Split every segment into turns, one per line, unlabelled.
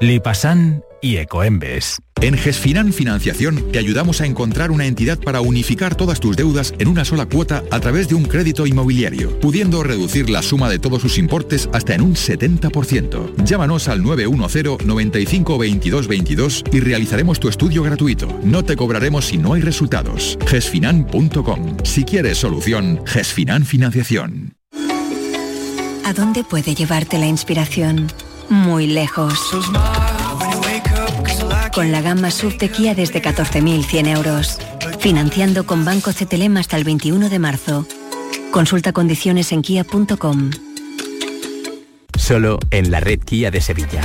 Lipasan y Ecoembes.
En Gesfinan Financiación te ayudamos a encontrar una entidad para unificar todas tus deudas en una sola cuota a través de un crédito inmobiliario, pudiendo reducir la suma de todos sus importes hasta en un 70%. Llámanos al 910 95 22 22 y realizaremos tu estudio gratuito. No te cobraremos si no hay resultados. Gesfinan.com. Si quieres solución, Gesfinan Financiación.
¿A dónde puede llevarte la inspiración? Muy lejos. Con la gama sub de Kia desde 14.100 euros. Financiando con Banco CTLM hasta el 21 de marzo. Consulta condiciones en kia.com.
Solo en la red Kia de Sevilla.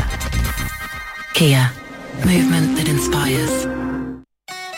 Kia. Movement that inspires.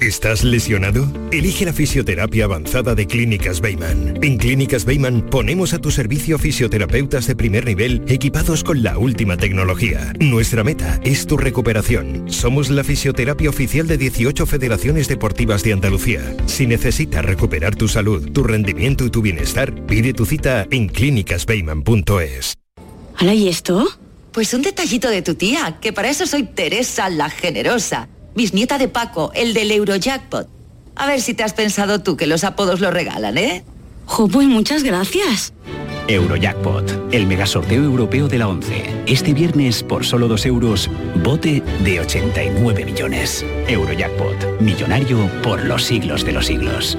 ¿Estás lesionado? Elige la fisioterapia avanzada de Clínicas Beyman. En Clínicas Beyman ponemos a tu servicio fisioterapeutas de primer nivel equipados con la última tecnología. Nuestra meta es tu recuperación. Somos la fisioterapia oficial de 18 federaciones deportivas de Andalucía. Si necesitas recuperar tu salud, tu rendimiento y tu bienestar, pide tu cita en clínicasbeyman.es.
Hola, ¿y esto? Pues un detallito de tu tía, que para eso soy Teresa la Generosa, bisnieta de Paco, el del Eurojackpot. A ver si te has pensado tú que los apodos lo regalan, ¿eh?
Jo, pues muchas gracias.
Eurojackpot, el megasorteo europeo de la 11. Este viernes, por solo 2 euros, bote de 89 millones. Eurojackpot, millonario por los siglos de los siglos.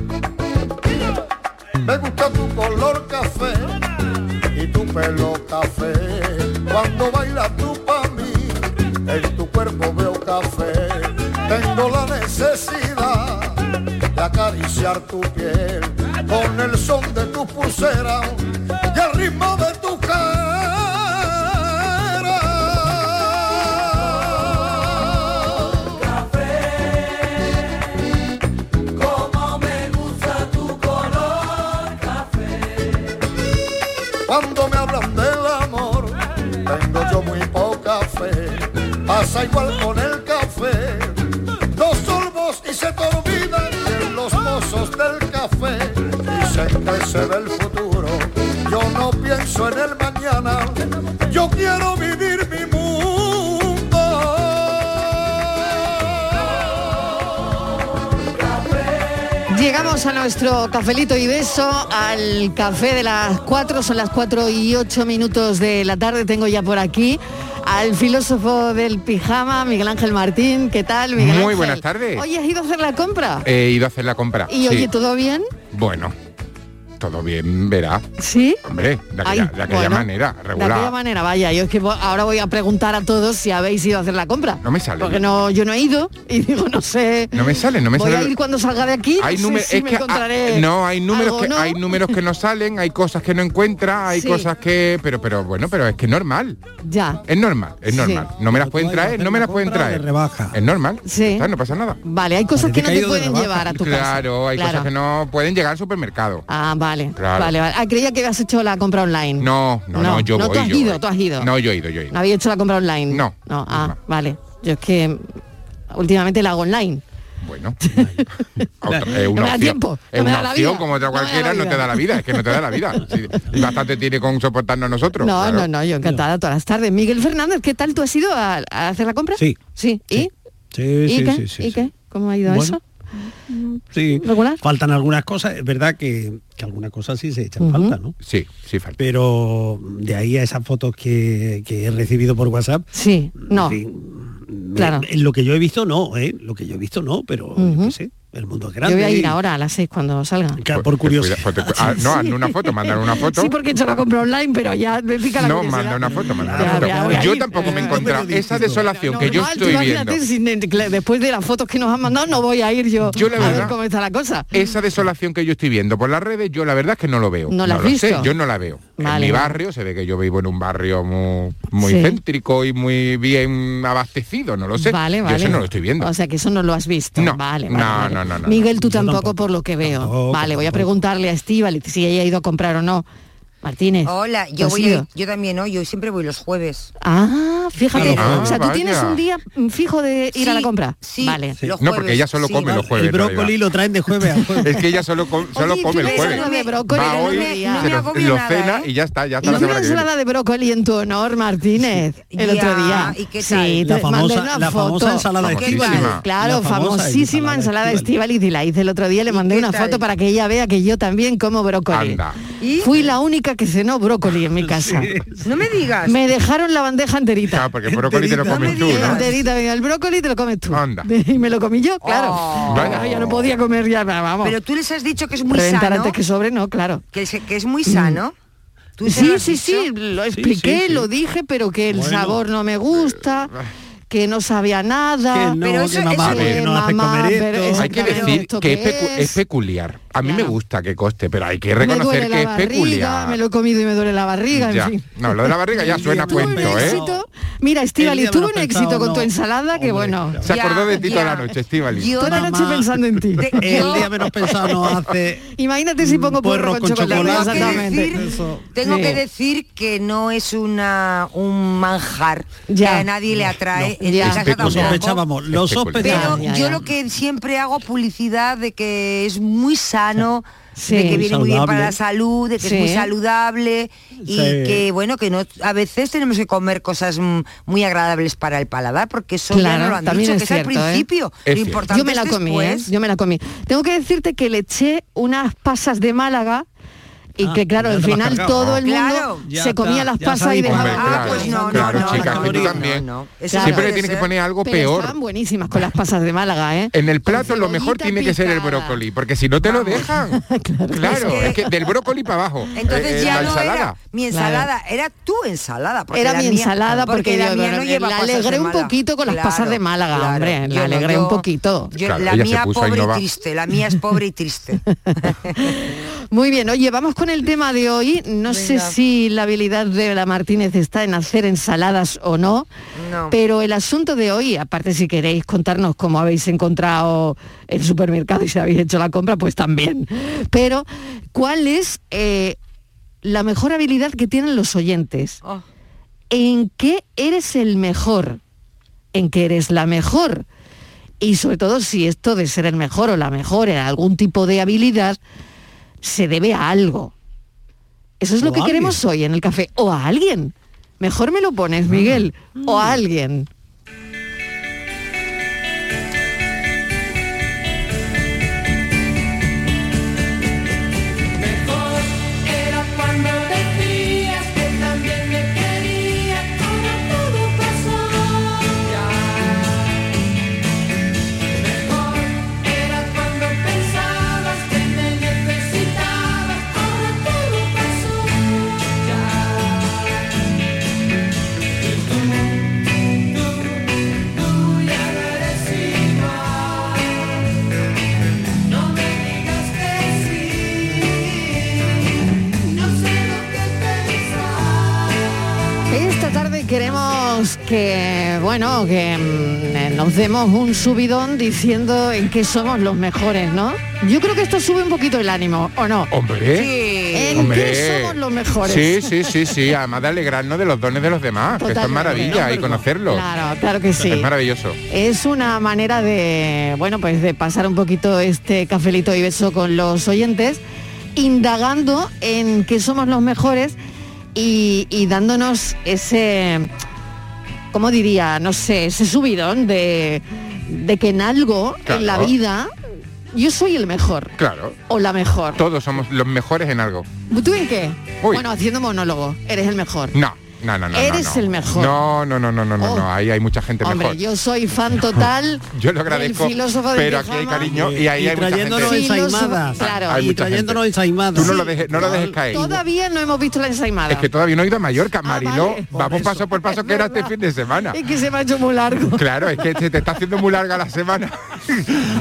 Me gusta tu color café y tu pelo café. Cuando bailas tú para mí, en tu cuerpo veo café. Tengo la necesidad de acariciar tu piel con el son de tu pulsera y el ritmo de tu cara.
Como me gusta tu color
Cuando me hablan del amor, tengo yo muy poca fe. Pasa igual con el café. Dos sorbos y se te olvidan y en los mozos del café. Dicen que se ve el futuro. Yo no pienso en el mañana. Yo quiero vivir mi mundo.
Llegamos a nuestro cafelito y beso, al café de las 4, son las 4 y 8 minutos de la tarde, tengo ya por aquí al filósofo del pijama, Miguel Ángel Martín, ¿qué tal? Miguel
Muy
Ángel?
buenas tardes.
Oye, ¿has ido a hacer la compra?
He ido a hacer la compra.
Y
sí.
oye, ¿todo bien?
Bueno, todo bien verá.
¿Sí?
Hombre, de
Ay,
aquella, de aquella
bueno,
manera,
De aquella
regular.
manera, vaya, yo es que vo- ahora voy a preguntar a todos si habéis ido a hacer la compra.
No me sale.
Porque no, yo no he ido y digo, no sé.
No me sale, no me
voy
sale.
a ir cuando salga de aquí.
hay
no sé
números
si me encontraré
ah, no hay números
algo,
que
¿no?
hay números que no salen hay cosas que no encuentra hay
Sí.
cosas que pero pero bueno pero es que es normal
Ya.
es normal es
Sí.
normal no me las pueden traer no me las pueden traer es normal
Sí.
Ya, no pasa nada
Vale, hay cosas que no te pueden llevar a tu
claro,
casa.
hay cosas
Claro.
que no pueden llegar al supermercado
Ah, vale.
Claro.
Vale, vale. Ah, creía que habías hecho la compra online.
no no no, yo
no,
voy
tú has
yo
ido,
voy.
tú has ido.
no yo he ido yo he ido
¿No había hecho la compra online? No. No, ah, vale. Yo es que mm, últimamente la hago online.
bueno Otra- es
me
una
da
opción,
tiempo,
es
no me
una
da la
opción
vida,
como otra
no me da la
cualquiera no, te
vida.
da la vida es que no te da la vida Sí, y bastante tiene con soportarnos nosotros
no,
claro.
no, no, yo encantada todas las tardes. Miguel Fernández, ¿qué tal tú has ido a, a hacer la compra?
Sí.
Sí, ¿y?
Sí,
¿Y
sí,
qué?
sí, sí,
¿Y qué? ¿Cómo ha ido
Bueno.
eso?
Sí, faltan algunas cosas, es verdad que, que algunas cosas sí se echan
Ujú.
falta, ¿no?
Sí, sí, falta.
Pero de ahí a esas fotos que, que he recibido por WhatsApp.
Sí, no. Claro.
lo que yo he visto no, ¿eh? Lo que yo he visto no, pero yo qué
Ujú.
sé, el mundo es grande.
Yo voy a ir
y-
ahora a las seis cuando salga.
Claro,
Pues,
por curiosidad.
Ah, no, hazme una foto, mandar una foto.
Sí, porque he hecho la compra online, pero ya me pica la
no,
curiosidad.
manda una foto, manda
Ya,
una foto.
ya, voy a
yo
ir.
tampoco me he encontrado esa desolación que yo
Normal, tú
estoy viendo.
imagínate, sin- cl- después de las fotos que nos han mandado, no voy a ir yo,
Yo, la
a ver
verdad, Eh,
cómo está la cosa.
Esa desolación que yo estoy viendo por las redes, yo la verdad es que no lo veo.
No la has
lo
visto.
sé, yo no la veo.
Vale.
En mi barrio se ve que yo vivo en un barrio muy, muy
Sí.
céntrico y muy bien abastecido, no lo sé.
Vale,
yo
vale.
eso no lo estoy viendo.
O sea que eso no lo has visto.
No,
vale,
no,
vale, vale.
no, no, no,
Miguel, tú tampoco, por lo que veo. vale, voy a
tampoco.
preguntarle a Estíbaliz si ella ha ido a comprar o no. Martínez.
Hola,
¿tú
yo
has
voy
ido?
a- yo también, ¿no? Yo siempre voy los jueves.
Ah, fíjate.
Ah,
o sea, tú
vaya.
tienes un día mm, fijo de ir a la
Sí,
compra.
sí,
vale.
Sí. los
no, porque
jueves,
ella solo
sí.
come los jueves.
El brócoli lo traen de jueves a jueves.
Es que ella solo, co- solo
Oye,
come el
¿quieres
jueves.
algo de brócoli?
Va
No
hoy,
me- no
se
me
lo-
agobio
lo
nada,
cena
¿eh?
y ya está, ya
Y
está la semana
una
que viene.
ensalada de brócoli en tu honor, Martínez, el
Ya,
otro día.
¿y qué
Sí,
tal?
te
La
mandé
famosa-
una
la
foto.
famosa ensalada de Famosísima. Estíbaliz.
Claro,
La famosa
famosísima ensalada Estivaliz y la hice el otro día, le mandé una foto para que ella vea que yo también como brócoli.
Anda.
Fui la única que cenó brócoli en mi casa.
No me digas.
Me dejaron la bandeja enterita.
Ah, porque el brócoli te lo comes tú, ¿no?
Enterita, venga, el brócoli te lo comes tú. Y me lo comí yo, claro.
Vaya.
Ya no podía comer ya, vamos.
Oh. Pero tú les has dicho que es muy
Reventar
sano.
antes que sobre, no, claro. Mm.
Que es, que es muy sano. ¿Tú se lo
sí,
has
sí,
dicho?
sí, lo expliqué,
sí, sí.
lo dije, pero que el
Bueno.
sabor no me gusta,
Eh, ah.
que no sabía nada.
Que no, Pero que eso- mamá, eso- porque no hace
mamá,
comer
pero
esto.
Hay que
exactamente,
decir
¿esto
que es,
qué
pecu- es peculiar. A mí me gusta que coste, pero hay que
Me duele
reconocer
la
que es
barriga,
peculiar.
Me lo he comido y me duele la barriga,
Ya.
en fin.
No, lo de la barriga ya suena a
Tuve un
cuento, ¿eh?
éxito. Mira,
El
Estivali,
día me
tuvo
lo
un
he
éxito
pensado,
con
no.
tu ensalada, que bueno.
Se acordó de ti
ya.
toda la noche, Estivali.
Toda la noche
Mamá,
pensando en ti.
el día menos pensado no hace
Imagínate
Mm,
si pongo
puerros
porro con chocolate. exactamente.
Tengo
Sí.
que decir que no es una un manjar
Ya.
que a nadie le atrae.
No,
en
ya.
mi casa
Lo sospechábamos,
tampoco.
lo sospechábamos.
Pero
Ya, ya,
yo
ya.
lo que siempre hago publicidad de que es muy sano,
Sí.
de que
Muy
viene muy bien para la
saludable.
salud, de que
Sí.
es muy saludable y
Sí.
que bueno que no a veces tenemos que comer cosas mm, muy agradables para el paladar porque eso ya
Claro,
no lo han
también
dicho
es
que es
cierto, ¿eh?
al principio. Lo importante
yo me la
es
comí, ¿eh?
después.
yo me la comí. Tengo que decirte que le eché unas pasas de Málaga y
Ah,
que claro,
ya
al
te lo has
final
cargado.
todo el mundo
Claro. Ya
se
está,
comía las
ya
pasas y
sabía.
dejaba.
Hombre, Ah, claro, pues no, no,
claro,
no,
chicas,
no,
que tú
no,
también.
no, no. Eso
Claro.
Siempre le tienes que poner algo
Pero
peor.
Estaban buenísimas con las pasas de Málaga, ¿eh?
En el plato lo mejor tiene que ser el brócoli, porque si no te lo dejan. Claro,
Es que-
es que del brócoli para abajo.
Entonces
eh,
ya
la
no era
ensalada.
mi ensalada, era tu ensalada. porque
Era
la
mi
mía-
ensalada porque,
la
yo,
mía no
bueno,
lleva
la
pasas de
alegré un
Málaga.
poquito con las pasas
Claro,
de Málaga,
claro.
hombre,
Yo
la
no,
alegré un
yo-
poquito.
yo- la mía pobre y triste, la mía es pobre y triste.
Muy bien, oye, vamos con el tema de hoy. No sé
Venga.
si la habilidad de la Martínez está en hacer ensaladas o no,
No.
pero el asunto de hoy, aparte si queréis contarnos cómo habéis encontrado el supermercado y si habéis hecho la compra, pues también. Pero, ¿cuál es eh, la mejor habilidad que tienen los oyentes?
Oh.
¿En qué eres el mejor? ¿En qué eres la mejor? Y sobre todo si esto de ser el mejor o la mejor en algún tipo de habilidad se debe a algo. Eso es
O
lo
a
que queremos hoy en el café. O a alguien. Mejor me lo pones,
Ah.
Miguel. O
Mm.
a alguien.
Mejor era cuando decías que también me querías Ahora todo pasó ya Mejor era cuando pensabas que me necesitabas Ahora
queremos que, bueno, que mm, nos demos un subidón diciendo en qué somos los mejores, ¿no? Yo creo que esto sube un poquito el ánimo, ¿o no?
Hombre.
¿En qué somos los mejores?
¿Eh? Sí, sí, sí, sí. Además de alegrarnos de los dones de los demás, que esto es maravilla y conocerlos.
Claro, claro que sí.
Es maravilloso.
Es una manera de, bueno, pues de pasar un poquito este cafelito y beso con los oyentes, indagando en que somos los mejores y, y dándonos ese, ¿cómo diría? No sé, ese subidón de, de que en algo, en la
Claro.
vida, yo soy el mejor
Claro.
o la mejor.
Todos somos los mejores en algo.
¿Tú en qué? Bueno, haciendo monólogo, eres el mejor.
No, no, no, no. no,
Eres
no.
el mejor.
No, no, no, no, no, no,
Oh.
no. Ahí hay mucha gente
Hombre,
mejor.
yo soy fan total.
Yo lo agradezco,
del filósofo del
pero aquí hay
pijama.
cariño y ahí
Y
hay mucha gente.
trayéndonos ensaimadas.
Claro.
Hay
y
mucha
trayéndonos
gente.
ensaimadas.
Tú no lo dejes, no lo dejes caer.
Todavía no hemos visto la ensaimada.
Es que todavía no he ido a Mallorca, Mariló.
Ah, vale.
Vamos paso por paso que era este fin de semana.
Es que se me ha hecho muy largo.
Claro, es que se te está haciendo muy larga la semana.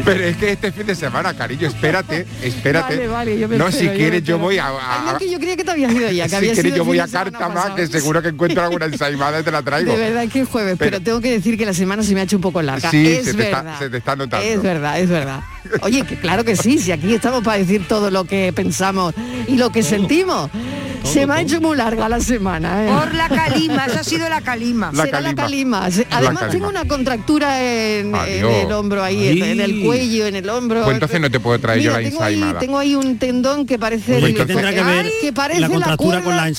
Pero es que este fin de semana, cariño, espérate, espérate.
Vale, vale, yo me
no, si
espero, yo
quieres
me
yo
espero.
voy a...
Ay,
a-
no, que yo creía que te habías ido ya, que
si
había
quieres
sido
yo
el
voy
fin
a
de semana
Cártama,
pasado.
que seguro que encuentro alguna ensaimada y te la traigo.
De verdad que es jueves, pero,
Pero-
tengo que decir que la semana se me ha hecho un poco larga.
Sí,
es
se te,
verdad.
está, se te está notando.
Es verdad, es verdad. Oye, que claro que sí, si aquí estamos para decir todo lo que pensamos y lo que sentimos. se me ha hecho muy larga la semana. ¿eh?
Por la calima, eso ha sido la calima.
Será la calima. Se-
La
Además
calima.
tengo una contractura en, en
Adiós.
el hombro ahí, en, en el
Ay.
cuello, en el hombro.
Pues entonces no te puedo traer
Mira,
yo la
tengo ahí,
ensaimada.
tengo ahí un tendón que parece
Pues
el-
entonces- tendrá que ver
Ay, que parece cuerda.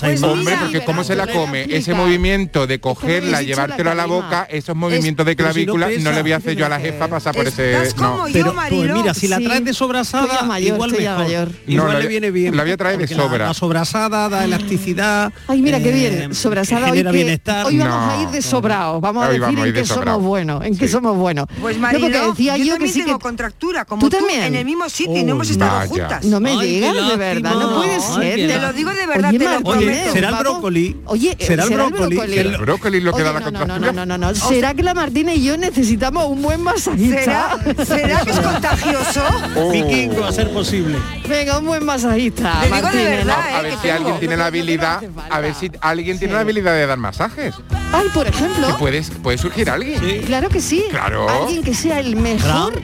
Pues
Hombre, porque cómo se la come, ese movimiento de cogerla,
dicho
llevártelo
la
a la
calima.
boca, eh, esos movimientos de
pero si no
clavícula, no,
pesa.
le voy a hacer yo a
Eh,
la jefa pasar por ese. no.
pero, pues mira, si la traes de
Estoy
sobrasada,
ya mayor,
igual
estoy
mejor.
ya mayor.
No,
Igual
la
le
voy-
viene bien.
la voy a traer de
porque la-
sobra.
La, sobrasada da elasticidad.
Ay, mira qué
eh,
bien, sobrasada hoy,
genera
que-
bienestar.
hoy vamos a ir de sobrao, vamos a
Hoy
decir
vamos a
en
ir de
qué somos
sobrao.
buenos, en qué somos buenos.
Pues
No, porque
Mariló,
decía
yo,
yo, que
también
sí que
tengo contractura, como tú,
también?
en el mismo sitio y no hemos estado
vaya.
juntas.
No me digas, de verdad, no puede
Ay,
ser.
qué lástima. Te lo digo de verdad, te lo
Martínez,
prometo.
será el
vamos-
brócoli.
Oye, eh,
será el brócoli.
Será el brócoli lo que
Oye,
da la
no, no, no,
contractura.
no, no, no, no. ¿Será que la Martina y yo necesitamos un buen masajista?
¿Será- será que es contagioso?
Oh.
Vikingo, a ser posible.
Venga, un buen masajista. Martínez.
eh,
a,
eh,
a ver si alguien tiene la habilidad, a ver si alguien tiene la habilidad de dar masajes.
Ay, por ejemplo,
Que puedes, puede surgir alguien.
claro que sí.
Claro.
Alguien que sea el mejor.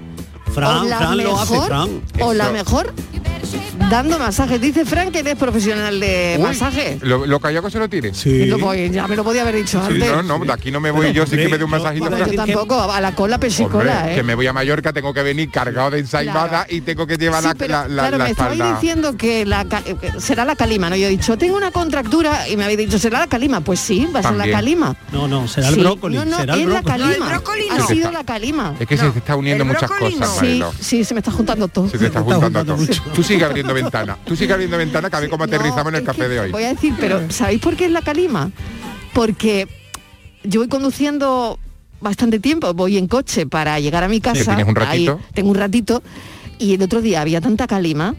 Fran,
o la
Fran lo
mejor,
hace, Fran.
O la
Eso.
mejor dando masajes. Dice Fran que eres profesional de
Uy,
masajes.
Lo, lo callado que se lo tires.
Lo voy- ya me lo podía haber dicho
Sí,
antes.
no, no, de aquí no me voy yo, sí que me dé un masajito.
No, yo tampoco, a la cola,
Hombre,
pesicola, ¿eh?
que me voy a Mallorca, tengo que venir cargado de ensaimada y tengo que llevar
Sí,
la,
pero,
la- la-
claro,
la
me
espalda.
estabais diciendo que la ca- eh, que será la calima, ¿no? Yo he dicho, tengo una contractura y me habéis dicho, será la calima. Pues sí, va a ser la
También.
calima.
No, no, será el
Sí.
brócoli.
No, no,
será
es
el
la
brócoli.
calima. Ha
no.
sido la calima.
Es que se te está uniendo muchas cosas,
Sí,
Mariló.
sí, se me está juntando todo.
Se te está juntando todo. Tú sigue abriendo ventana. Tú sigue abriendo ventana que a ver cómo aterrizamos en el café de hoy.
Voy a decir, pero ¿sabéis por qué es la calima? Porque yo voy conduciendo bastante tiempo, voy en coche para llegar a mi casa.
tienes un ratito.
ahí tengo un ratito. Y el otro día había tanta calima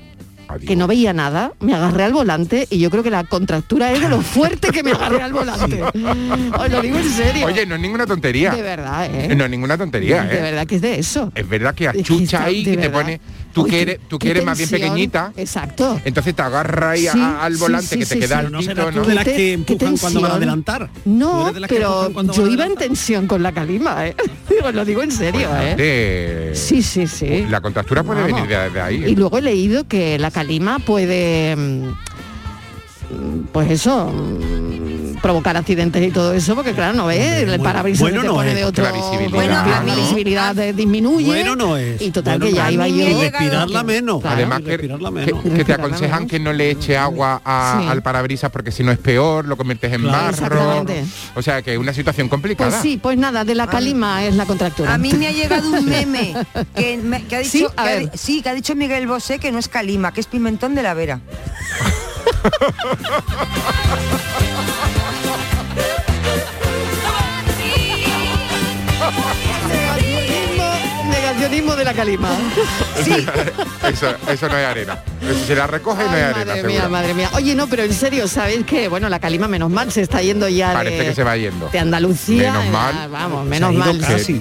que no veía nada, me agarré al volante y yo creo que la contractura es de lo fuerte que me agarré al volante. Os lo digo en serio.
Oye, no es ninguna tontería.
De verdad, ¿eh?
No es ninguna tontería,
De
¿eh?
verdad que es de eso.
Es verdad que achucha ahí
de
y te
verdad.
pone... Tú
Uy,
que
qué-
eres, tú que
qué
eres más bien
tensión.
pequeñita,
Exacto.
entonces te agarra ahí a-
Sí,
al
sí,
volante
sí,
que te
sí,
queda
sí.
altito,
serás tú de las
Qué
que
te- qué
empujan cuando van a
tensión.
adelantar. Tú
No,
eres de las que
pero
empujan cuando
yo
van a
iba en tensión con la calima, ¿eh? Os lo digo en serio, ¿eh?
De-
Sí, sí, sí.
La contractura Pues puede
Vamos.
venir de, de ahí. ¿eh?
Y luego he leído que la calima puede, mm, pues eso, mm, provocar accidentes y todo eso, porque claro, no ves, el parabrisas
bueno
se te
no
pone
es.
de otro...
La visibilidad.
la visibilidad eh, disminuye.
Bueno no es.
Y total,
Bueno,
que ya
no.
iba yo...
Y respirarla menos.
Además
Y
que,
respirarla
que-
menos.
que te aconsejan que no le eche agua a-
Sí.
al parabrisas porque si no es peor, lo conviertes en
Claro,
barro.
exactamente.
O sea que es una situación complicada.
Pues sí, pues nada, de la
Ah.
calima es la contractura.
A mí me ha llegado un meme que, me- que ha dicho,
Sí, a
que ha
ver.
di- sí, que ha dicho Miguel Bosé que no es calima, que es pimentón de la vera.
Negacionismo- Negacionismo de la calima.
eso, eso no es arena. Eso se la recoge y no es
Ay,
arena,
madre
seguro.
mía, madre mía. Oye, no, pero en serio, ¿sabéis que Bueno, la calima, menos mal, se está yendo ya
Parece
de,
que se va yendo.
de Andalucía.
Menos
eh,
mal.
Vamos, menos
Que-
mal.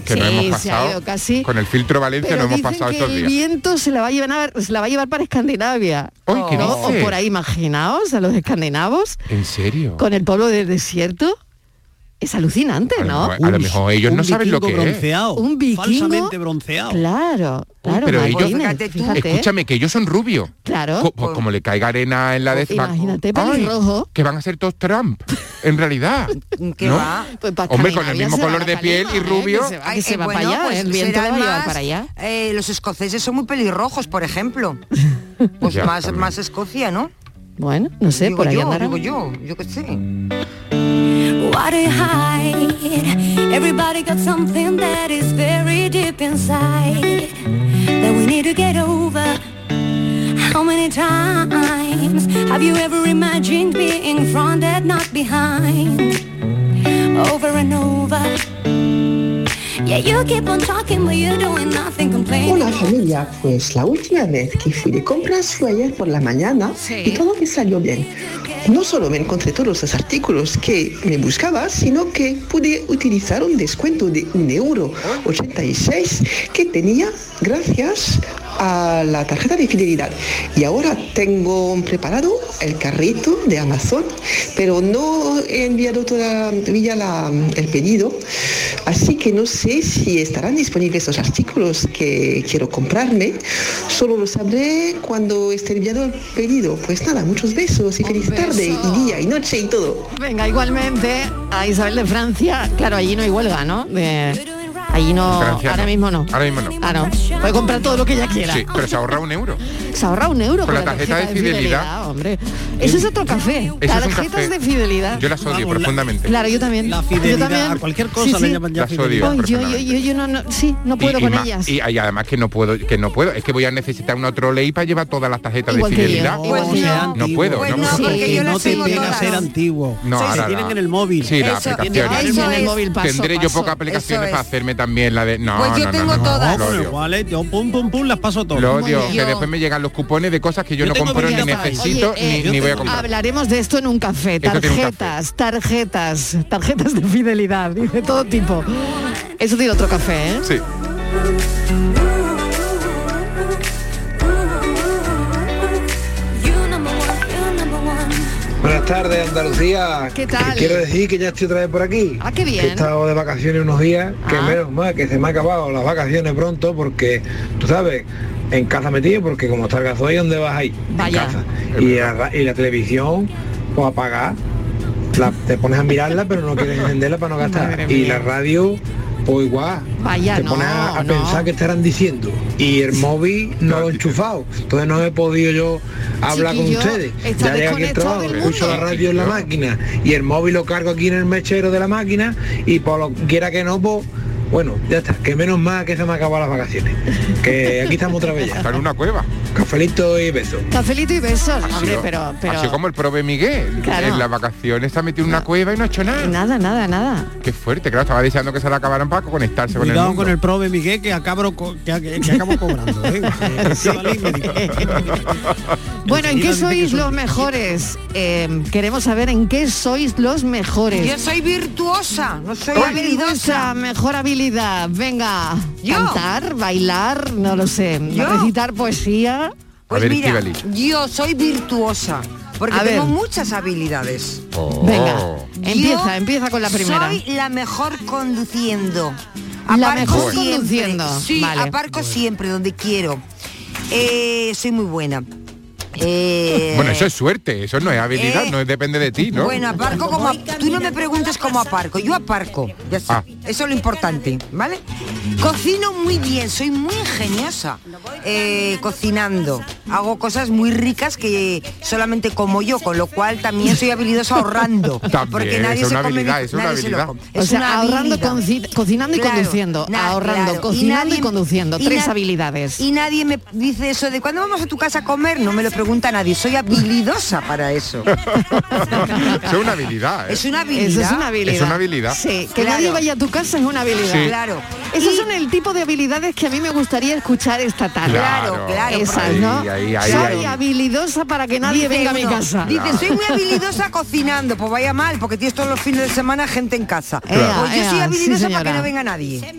Que, no
Sí,
hemos
se ha
pasado.
ido casi.
Con el filtro Valencia
Pero
no hemos
dicen
pasado
que
estos
el
días.
viento se la va a llevar, se la va a llevar para Escandinavia.
Ay, ¿qué
¿No? O
dices?
por ahí, imaginaos a los escandinavos
¿En serio?
con el pueblo del desierto. Es alucinante, ¿no?
mejor- a lo mejor ellos no saben lo que es.
Un vikingo
falsamente bronceado.
Claro, claro,
Pero ellos,
Martínez, fíjate.
escúchame, que ellos son rubios.
Claro.
Co-
Pues
pues como le caiga arena en la de
Imagínate,
Ay,
pelirrojo.
Que van a ser todos Trump, en realidad.
¿Qué
¿no?
va? Pues para
Hombre, con el
Escandinavia
mismo
se va
color de
para
piel y
Calima, ¿eh?
rubio.
Que se va- que se va para
pues,
allá, el viento
serán
lo va a llevar
más,
para allá.
eh, los escoceses son muy pelirrojos, por ejemplo. Pues
Ya,
más,
también.
más Escocia, ¿no?
Bueno, no sé,
Digo
por ahí
yo,
andarán.
digo yo, yo qué sé.
Why do you hide? Everybody got something that is very deep inside that we need to get over. How many times have you ever imagined being fronted, not behind? Over and over. Yeah, you keep on talking, but you're doing nothing, complaining.
Hola familia, pues la última vez que fui de compras fue ayer por la mañana y todo me salió bien. No solo me encontré todos los artículos que me buscaba, sino que pude utilizar un descuento de 1,86 euro que tenía gracias a la tarjeta de fidelidad. Y ahora tengo preparado el carrito de Amazon, pero no he enviado todavía la- el pedido, así que no sé si estarán disponibles esos artículos que quiero comprarme. Solo lo sabré cuando esté enviado el pedido. Pues nada, muchos besos y feliz tarde y día y noche y todo.
Venga, igualmente a Isabel de Francia, claro, allí no hay huelga, ¿no? De- allí no,
Francia
ahora
no.
mismo no.
Ahora mismo no.
Ah, no. Puede comprar todo lo que ella quiera.
Sí, pero se ahorra un euro.
Se ahorra un euro
Con
con,
la tarjeta de fidelidad.
hombre. Eso es otro café.
Eso es un
Tarjetas
café.
de fidelidad.
Yo las odio profundamente.
Claro, yo también. La
fidelidad, a cualquier cosa le llaman ya Las
fidelidad. odio
Yo, yo,
personalmente.
yo- yo no, no- sí, no puedo
y,
con
ma-
ellas.
y- y además que no puedo, que no puedo. Es que voy a necesitar una ley para llevar todas las tarjetas
Igual
de
que yo.
fidelidad.
Pues
no,
no.
antiguo.
puedo,
Pues
no, puedo.
no, porque yo las tengo
No,
todas. Sí, se
ahora
tienen
la-
en el móvil.
Sí, las
Eso-
aplicaciones.
eso En el es. móvil, paso,
Tendré yo
paso.
pocas aplicaciones
Eso
para
es.
hacerme también la de. No, no, no, no,
No,
Lo
pero
odio.
igual, eh, yo pum pum pum las paso todas.
Lo odio, que después me llegan los cupones de cosas que yo,
Yo
no
tengo
compro ni
varias
necesito
Oye, eh,
ni,
yo
ni voy a
tengo-
comprar.
Hablaremos de esto en un café.
Esto tiene un café.
Tarjetas, tarjetas, tarjetas de fidelidad y de todo tipo. Eso tiene otro café, ¿eh?
Sí.
You're number one, you're number one.
Buenas tardes, Andalucía.
¿Qué tal?
Que quiero decir que ya estoy otra vez por aquí.
Ah, qué bien.
Que he estado de vacaciones unos días, que
Ah.
menos mal que se me ha acabado las vacaciones pronto porque, tú sabes, en casa metido, porque como está el gasoil, ¿dónde vas ahí?
Vaya.
En casa. Y la, ra- y la televisión, pues apagar. La- te pones a mirarla, pero no quieres encenderla para no gastar.
Madre
Y
mía.
la radio, pues igual.
Vaya,
te
no,
pones a, a
no.
pensar que estarán diciendo. Y el móvil no lo he enchufado. Entonces no he podido yo hablar con
Chiquillo,
ustedes.
está
Ya llega aquí el
desconectado
trabajo,
del
escucho la
mundo.
radio en la máquina y el móvil lo cargo aquí en el mechero de la máquina y por lo que quiera que no, pues bueno, ya está, que menos mal que se me acaban las vacaciones. Que aquí estamos otra vez ya.
Estar en una cueva.
Cafelito y besos.
Cafelito y besos,
Ha
hombre,
sido-
pero,
ha sido
pero
como el prove Miguel.
Claro.
En las vacaciones se ha metido en una cueva y no ha hecho nada.
nada, nada, nada.
Qué fuerte, claro, estaba deseando que se la acabaran para conectarse con el
Cuidado
mundo.
con el prove Miguel que acabo, co- que, que- que acabo cobrando. ¿eh? Que encima le-
Bueno, ¿en qué
Enseguida dice que
sois
soy-
los mejores? Eh, queremos saber en qué sois los mejores.
Yo soy virtuosa, no soy
Soy
habilidosa.
habilidosa, mejor habilidad. Venga,
Yo.
cantar, bailar, no lo sé,
Yo.
recitar poesía.
Pues
ver,
mira,
Estíbaliz.
yo soy virtuosa, porque
A
tengo
ver.
muchas habilidades.
Oh.
Venga. Eh, Empieza,
Yo
empieza con la primera.
Soy la mejor conduciendo.
La
Aparco
mejor
siempre.
conduciendo.
Sí,
Vale.
aparco siempre donde quiero. Eh, soy muy buena. Eh,
Bueno, eso es suerte, eso no es habilidad,
Eh,
no es- depende de ti, ¿no?
Bueno, aparco como... ap- Tú no me preguntes cómo aparco, yo aparco. Ya está.
Ah.
Eso es lo importante, ¿vale? Cocino muy bien, soy muy ingeniosa eh, cocinando. Hago cosas muy ricas que solamente como yo, con lo cual también soy habilidosa ahorrando.
También,
porque nadie
es
se
una
come
habilidad,
mi-
es una
nadie se lo
habilidad.
come.
O
Es
sea,
una
ahorrando,
habilidad.
conci- cocinando y
Claro,
conduciendo.
na-
ahorrando,
claro.
cocinando y,
nadie-
conduciendo.
y
Tres
na-
habilidades.
Y nadie me dice eso de cuándo vamos a tu casa a comer, no me lo pregunta nadie. Soy habilidosa para eso.
Eso es una habilidad, ¿eh?
Es una habilidad. Eso es una habilidad.
Es una habilidad.
Sí, que nadie vaya a tu casa es una habilidad.
Sí.
Claro.
Esos son el tipo de habilidades que a mí me gustaría escuchar esta tarde.
Claro, claro,
Esas,
ahí,
¿no?
ahí, ahí,
Soy
ahí.
habilidosa para que nadie
Dice
venga a mi
uno,
casa.
Dice, soy muy habilidosa cocinando, pues vaya mal, porque tienes todos los fines de semana gente en casa.
Claro.
Pues yo soy
Ea, sí,
habilidosa
señora.
para que no venga nadie.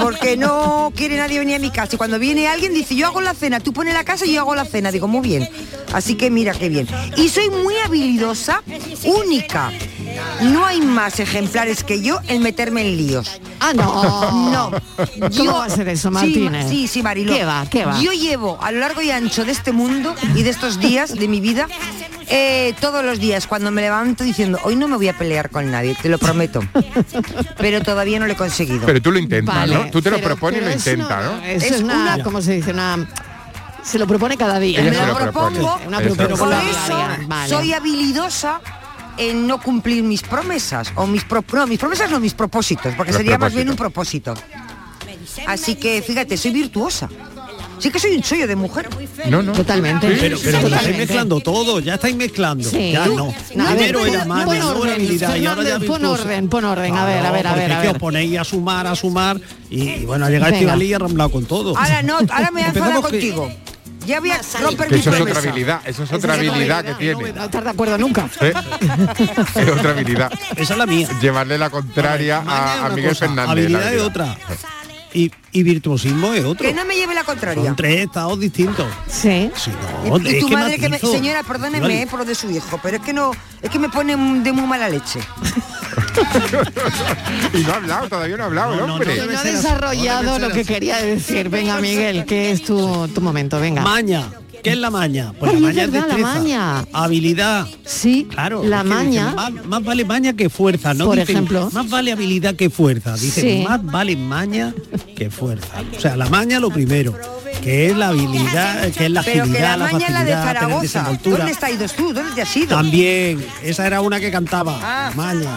Porque no quiere nadie venir a mi casa. Y cuando viene alguien dice, yo hago la cena, tú pones la casa y yo hago la cena. Digo, muy bien. Así que mira qué bien. Y soy muy habilidosa, única. No hay más ejemplares que yo en meterme en líos.
Ah, no.
No.
¿Cómo va a ser eso,
Sí,
Martínez?
ma- Sí, sí, Mariló.
¿Qué va, qué va?
Yo llevo a lo largo y ancho de este mundo y de estos días de mi vida, eh, todos los días cuando me levanto diciendo, hoy no me voy a pelear con nadie, te lo prometo. Pero todavía no lo he conseguido.
Pero tú lo intentas, ¿no? Tú te lo
pero-
propones y
pero
lo
eso no-
intentas, ¿no?
Eso es, una, ¿cómo se dice? Una... Se lo propone cada día.
Ella
¿no?
se lo propone.
Una
Eso.
propuesta
Por
diaria.
eso
Vale.
soy habilidosa en no cumplir mis promesas o mis pro- no mis promesas no mis propósitos porque
Los
sería más bien un propósito así que fíjate soy virtuosa sí que soy un chollo de mujer
no no
Totalmente.
Pero, pero lo estáis
Totalmente.
mezclando todo, ya estáis mezclando.
Sí.
Ya
Tú-
no.
no, a ver,
Primero
pon-
era mala,
pon
luego era
orden,
habilidad, y ahora ya
Fernández, pon
virtuosa.
orden, pon orden, a ver, a
No,
ver, a
porque
ver,
es
a
que
ver.
os ponéis a sumar, a sumar y, y bueno, ha llegado
Venga.
Estivali y ha ramblado con todo.
ahora no ahora me voy a enfadar
Empezamos que-
contigo ya voy a romper mi
Eso es otra
promesa
habilidad, eso es otra
Esa es otra
habilidad que tiene.
No estar de acuerdo nunca.
¿eh? Es otra habilidad.
Esa es la mía.
Llevarle la contraria
Maña es
a, a
una
Miguel
cosa,
Fernández. la
Habilidad es
verdad.
otra. Y, y virtuosismo es otro.
que no me lleve la contraria
Son tres estados distintos.
Sí.
no,
y
es
tu
que
madre que me,
matizo.
señora perdóneme
Estivali.
eh, por lo de su hijo pero es que no es que me pone de muy mala leche
Y no ha hablado, todavía no ha hablado el hombre.
No ha desarrollado lo que quería decir. Venga, Miguel, que es tu, tu momento, venga.
Maña. ¿Qué es la maña? Pues
Ay,
la
es
maña es
verdad, la
destreza,
maña.
Habilidad.
Sí,
claro.
la
es que dicen,
maña.
más, más vale maña que fuerza, ¿no?
Por
Dicen,
ejemplo.
Más vale habilidad que fuerza. Dicen,
Sí.
más vale maña que fuerza. O sea, la maña lo primero, que es la habilidad, que es la
pero
agilidad,
que la
la
maña es la de
facilidad, tener
Zaragoza
desenvoltura.
¿dónde está ido tú? ¿dónde te has ido?
También, esa era una que cantaba,
Ah.
Maña.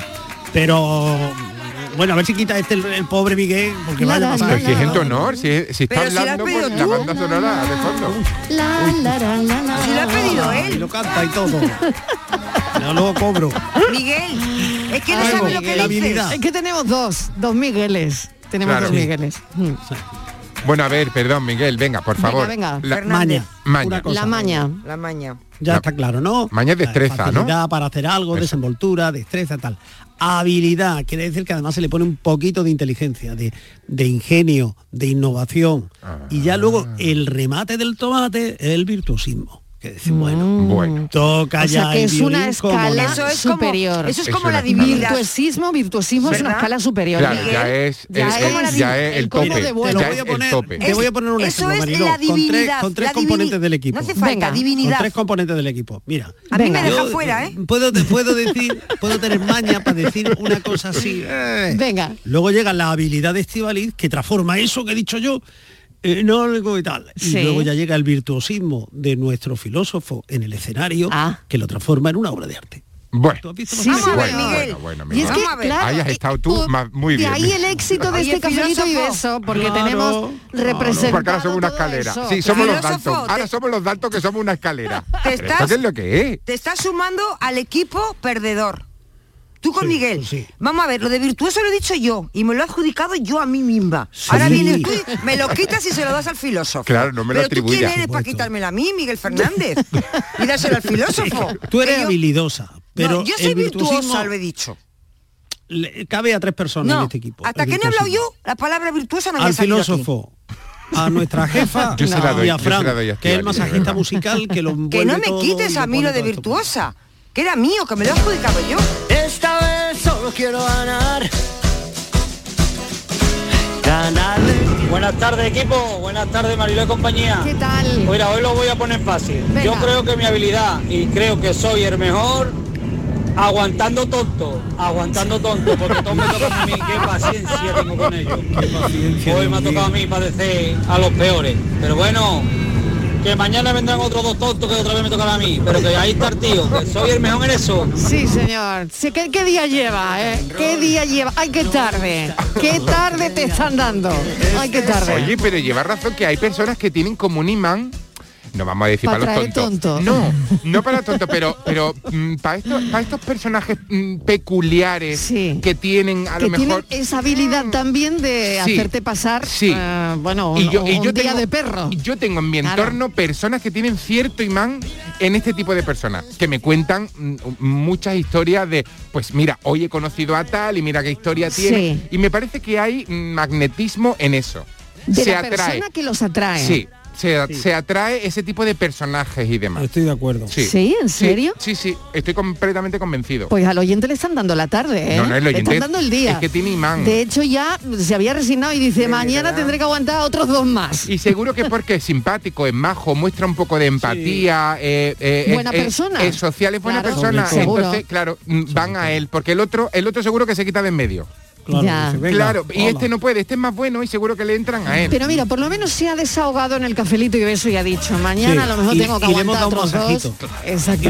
Pero bueno, a ver si quita este el, el pobre Miguel, porque vaya a pasar.
Pero si es en tu honor, si, si está
Pero si la has
hablando,
pedido
pues la
tú.
banda sonora de fondo.
La, la, la, la, la.
Si lo ha pedido
Y
él
lo canta y todo. No lo cobro.
Miguel es que no
Algo,
sabe lo que
la
dices
habilidad.
Es que tenemos dos, dos Migueles. Tenemos
Claro.
dos
Sí.
Migueles. Mm.
Bueno, a ver, perdón, Miguel, venga, por favor.
venga.
La-
Fernández.
Maña.
Una cosa.
La maña.
La maña.
Ya está claro, ¿no?
Maña es destreza, ¿no?
Facilidad para hacer algo, desenvoltura, destreza, tal. Habilidad, quiere decir que además se le pone un poquito de inteligencia, de, de ingenio, de innovación. Y ya luego
Ah.
el remate del tomate es el virtuosismo. Que decir, bueno,
Mm. Bueno.
toca
O sea
ya
que
el
es una
violín como
escala
nada.
Eso es como-
superior.
eso es
Es como la una escala. divinidad.
Virtuosismo, virtuosismo es una
¿Verdad?
escala superior.
Claro,
Miguel.
ya es,
Ya
es-
es como la
es- ya
divi-
es
el
el tope.
combo de
ya
vuelo.
Te lo voy
es
a
el
poner-
tope.
Te voy a poner un
Eso
ejemplo,
es
Mariló,
la
con tres,
divinidad,
con tres
la
componentes
divini-
del equipo.
No hace falta,
Venga.
divinidad.
Con tres componentes del equipo. Mira.
A mí
Venga.
me deja
Yo,
fuera, ¿eh?
Puedo, te- puedo decir, puedo tener maña para decir una cosa así. eh.
Venga.
Luego llega la habilidad de Estivaliz que transforma eso que he dicho yo en algo y tal.
Sí.
Y luego ya llega el virtuosismo de nuestro filósofo en el escenario
Ah.
que lo transforma en una obra de arte.
Bueno.
¿Tú has visto
Sí,
más
Vamos a
cosas?
ver,
Bueno,
Miguel.
bueno, bueno,
Y es
Miguel.
que,
Vamos a ver.
claro,
Ahí has
eh,
estado tú
o-
ma- muy
De
bien.
ahí el éxito de
Oye,
este cafelito y
filósofo.
beso, porque
Claro.
tenemos representado
Porque ahora somos una
todo
escalera.
eso,
sí, somos los
claro.
Dalton.
Filósofo,
Ahora
te-
somos los Dalton que somos una escalera.
Te
Pero
estás-
¿Esto qué es lo que es?
Te estás sumando al equipo perdedor. Tú con
Sí,
Miguel.
sí.
Vamos a ver, lo de virtuoso lo he dicho yo y me lo he adjudicado yo a mí misma.
Sí.
Ahora vienes tú, y me lo quitas y se lo das al filósofo.
Claro, no me lo
Pero tú quién
atribuyas.
eres para
Supuesto.
quitármelo a mí, Miguel Fernández. Y dárselo al filósofo.
Tú eres
Que yo-
habilidosa, pero
No, yo soy
el virtuosismo
virtuosa, lo he dicho.
le- cabe a tres personas en
No,
este equipo.
hasta
el
que no he hablado
virtuosismo.
yo, la palabra virtuosa no me ha
al
salido aquí.
filósofo, a nuestra jefa
Yo se la doy,
y a
yo se la
Fran,
doy a
que es
Estíbaliz,
el
de
masajista
verdad.
musical que lo
Que
envuelve
no me
todo y
quites
le
a mí
pone
lo de
todo esto.
virtuosa, que era mío, que me lo he adjudicado yo.
Esta vez solo quiero ganar. Ganarle. Buenas tardes equipo, buenas tardes Mariló y compañía.
¿Qué tal?
Mira, hoy lo voy a poner fácil.
Venga.
Yo creo que mi habilidad, y creo que soy el mejor, aguantando tonto, aguantando tonto, porque todo me toca a mí, qué paciencia tengo con ellos. Hoy me ha tocado a mí padecer a los peores. Pero bueno, que mañana vendrán otros dos tontos que otra vez me tocará a mí. Pero que ahí está el tío, que soy el mejor en eso.
Sí, señor. Sí, ¿Qué, qué día lleva? eh? ¿Qué día lleva? ¡Ay, qué tarde! ¡Qué tarde te están dando! ¡Ay, qué tarde!
Oye, pero lleva razón que hay personas que tienen como un imán. No vamos a decir
Pa'
para,
traer
los tontos.
tontos.
No, no para tontos, pero pero mm, para estos para estos personajes mm, peculiares
Sí.
que tienen a
Que
lo
tienen
mejor
esa habilidad
Mm.
también de
Sí,
hacerte pasar,
sí.
eh, bueno, un,
y yo, y
un
yo
día
tengo,
de perro.
Yo tengo en mi
Claro.
entorno personas que tienen cierto imán en este tipo de personas, que me cuentan mm, muchas historias de, pues mira, hoy he conocido a tal y mira qué historia tiene.
Sí.
Y me parece que hay mm, magnetismo en eso.
De
Se
la
atrae.
persona que los atrae.
Sí, se, se atrae ese tipo de personajes y demás. Estoy de acuerdo. Sí,
¿Sí? ¿En serio?
Sí, sí, estoy completamente convencido.
Pues al oyente le están dando la tarde, ¿eh?
No, no, el
le
oyente
están dando el día.
es que tiene imán.
De hecho, ya se había resignado y dice, mañana tendré que aguantar otros dos más.
Y seguro que es porque es simpático, es majo, muestra un poco de empatía, eh, eh, es-
Buena
es,
persona.
es social, es buena
Claro.
persona.
Sobre todo.
Entonces, claro, mm, van a él, porque el otro, el otro seguro que se quita de en medio.
Claro, Ya. dice, "Venga,
Claro, y
hola".
este no puede, este es más bueno y seguro que le entran a él.
Pero mira, por lo menos se ha desahogado en el cafelito y beso y ha dicho, mañana
Sí,
a lo mejor
y-
tengo que
y le hemos
aguantar
dado un
otros dos.
masajito.
Exacto.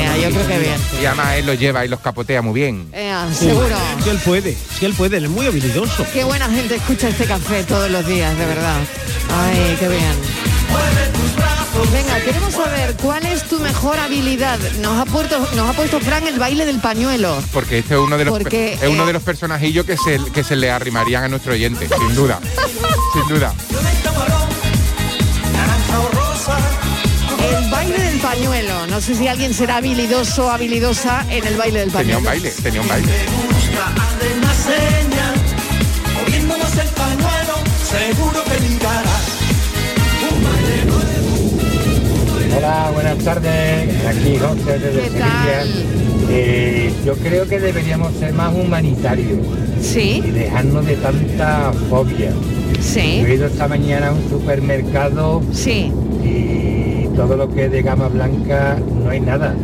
Ea, yo creo que bien.
Y además él los lleva y los capotea muy bien.
Ea, seguro.
Si él puede, si él puede, él es muy habilidoso.
Qué buena gente escucha este café todos los días, de verdad. Ay, qué bien. Venga, queremos saber cuál es tu mejor habilidad. Nos ha puesto, nos ha puesto Fran el baile del pañuelo.
Porque este es uno de los
Porque,
es uno de los personajillos que se, que se le arrimarían a nuestro oyente, sin duda. sin duda.
El baile del pañuelo. No sé si alguien será habilidoso o habilidosa en el baile del
Tenía
pañuelo.
un baile, tenía un baile.
una seña, moviéndonos el pañuelo, seguro que ligarás.
Hola, buenas tardes. Aquí José desde
¿Qué
Sevilla. Eh, yo creo que deberíamos ser más humanitarios.
Sí.
Y dejarnos de tanta fobia.
Sí.
Yo he ido esta mañana a un supermercado.
Sí.
Y todo lo que es de gama blanca no hay nada.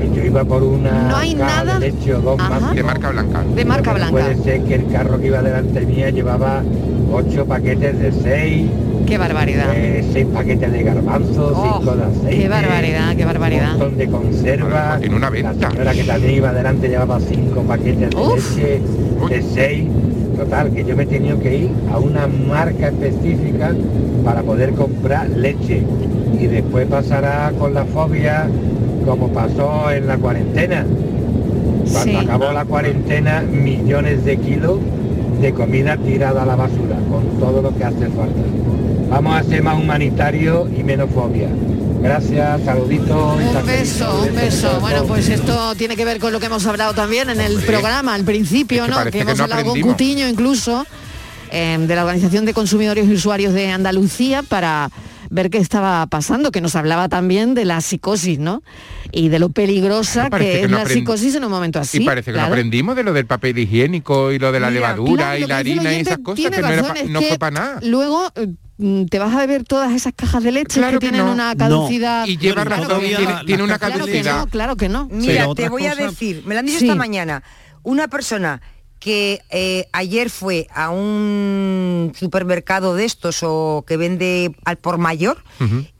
Eh, Yo iba por una
No hay
caja
nada.
de leche o dos máximos.
De marca blanca.
De marca
Pero
blanca.
Puede ser que el carro que iba delante mía llevaba ocho paquetes de seis.
Qué barbaridad. Oh,
eh, seis paquetes de garbanzos, cinco de aceite.
Qué barbaridad, qué barbaridad.
Un montón de conserva. En una venta. La señora que también iba adelante llevaba cinco paquetes de leche, de seis. Total, que yo me he tenido que ir a una marca específica para poder comprar leche. Y después pasará con la fobia como pasó en la cuarentena. Cuando
Sí.
acabó la cuarentena, millones de kilos de comida tirada a la basura, con todo lo que hace falta. Vamos a ser más humanitarios y menos fobia. Gracias, saluditos. y
Un beso,
este
un beso. Bueno, pues esto tiene que ver con lo que hemos hablado también en el
Hombre.
programa al principio,
Es que
¿no?
parece
Que
que
hemos
no
hablado con
aprendimos.
Cutiño incluso, eh, de la Organización de Consumidores y Usuarios de Andalucía para ver qué estaba pasando, que nos hablaba también de la psicosis, ¿no? Y de lo peligrosa
parece
Ah, que
que
es
no
la
aprend-
psicosis en un momento así.
y parece que
claro.
no aprendimos de lo del papel higiénico y lo de la levadura
Claro,
y
lo
la
que dice el
harina y
oyente
esas cosas
tiene
que no, era
razón,
pa-
es
no
que
fue para nada.
Luego eh, mm, te vas a beber todas esas cajas de leche
Claro
que
que
tienen
no.
una
No.
caducidad.
Y lleva
Claro
razón,
que
tiene-
no.
tiene una
Claro que
caducidad.
no, claro que no.
Mira, te voy a decir, me lo han dicho
Sí.
esta mañana, una persona que eh, ayer fue a un supermercado de estos o que vende al por mayor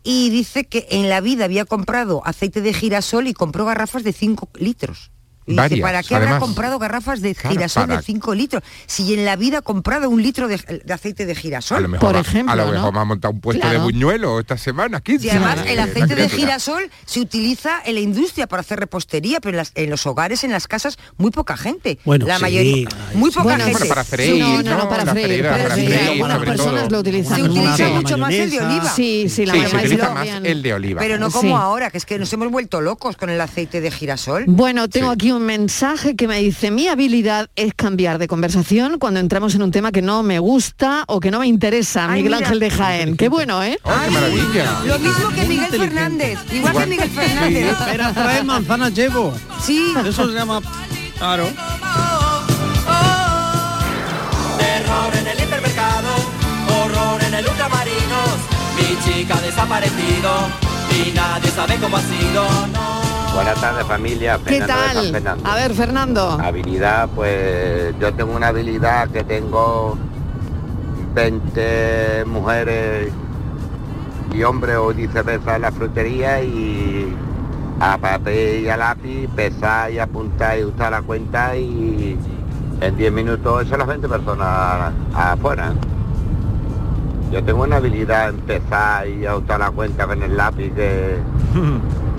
y dice que en la vida había comprado aceite de girasol y compró garrafas de 5 litros. Y dice,
Varias,
¿Para qué habrá
además.
comprado garrafas de
Claro,
girasol
para-
de 5 litros? Si en la vida ha comprado un litro de, de aceite de girasol.
A lo mejor, va- a lo mejor me ha montado un puesto de
Claro.
buñuelos esta semana. 15.
Y además
Eh,
el
la
aceite de
criatura.
girasol se utiliza en la industria para hacer repostería, pero en, las- en los hogares, en las casas, muy poca gente.
Bueno,
la
sí,
mayoría,
ay,
muy
sí.
poca
Bueno,
gente.
bueno, para freír,
No, no, no,
¿no?
para
La
freír.
freída,
para
para
freír,
freír,
algunas
sobre
personas
todo.
lo utilizan.
Se
Una
utiliza
mayonesa.
mucho más el de oliva.
Sí, sí, la
Sí, se
mayonesa
utiliza
lo
más
bien.
el de oliva.
Pero no como
Sí.
ahora, que es que nos hemos vuelto locos con el aceite de girasol.
Bueno, tengo aquí un mensaje que me dice, mi habilidad es cambiar de conversación cuando entramos en un tema que no me gusta o que no me interesa.
Ay,
Miguel
mira.
Ángel de Jaén. Qué bueno, ¿eh?
¡Qué maravilla!
Lo mismo que Miguel Fernández, igual que Miguel Fernández.
Espera, trae manzana llevo.
Sí.
Eso se llama... Claro.
Oh.
Terror en el hipermercado, horror en el ultramarinos, mi chica ha desaparecido y nadie sabe cómo ha sido.
Buenas tardes familia,
¿Qué
Fernando de San
tal?
Fernando.
A ver, Fernando.
Habilidad, pues yo tengo una habilidad que tengo 20 mujeres y hombres o viceversa en la frutería y a papel y a lápiz pesar y apuntar y usar la cuenta y en 10 minutos son las 20 personas afuera. Yo tengo una habilidad en pesar y a usar la cuenta con el lápiz que,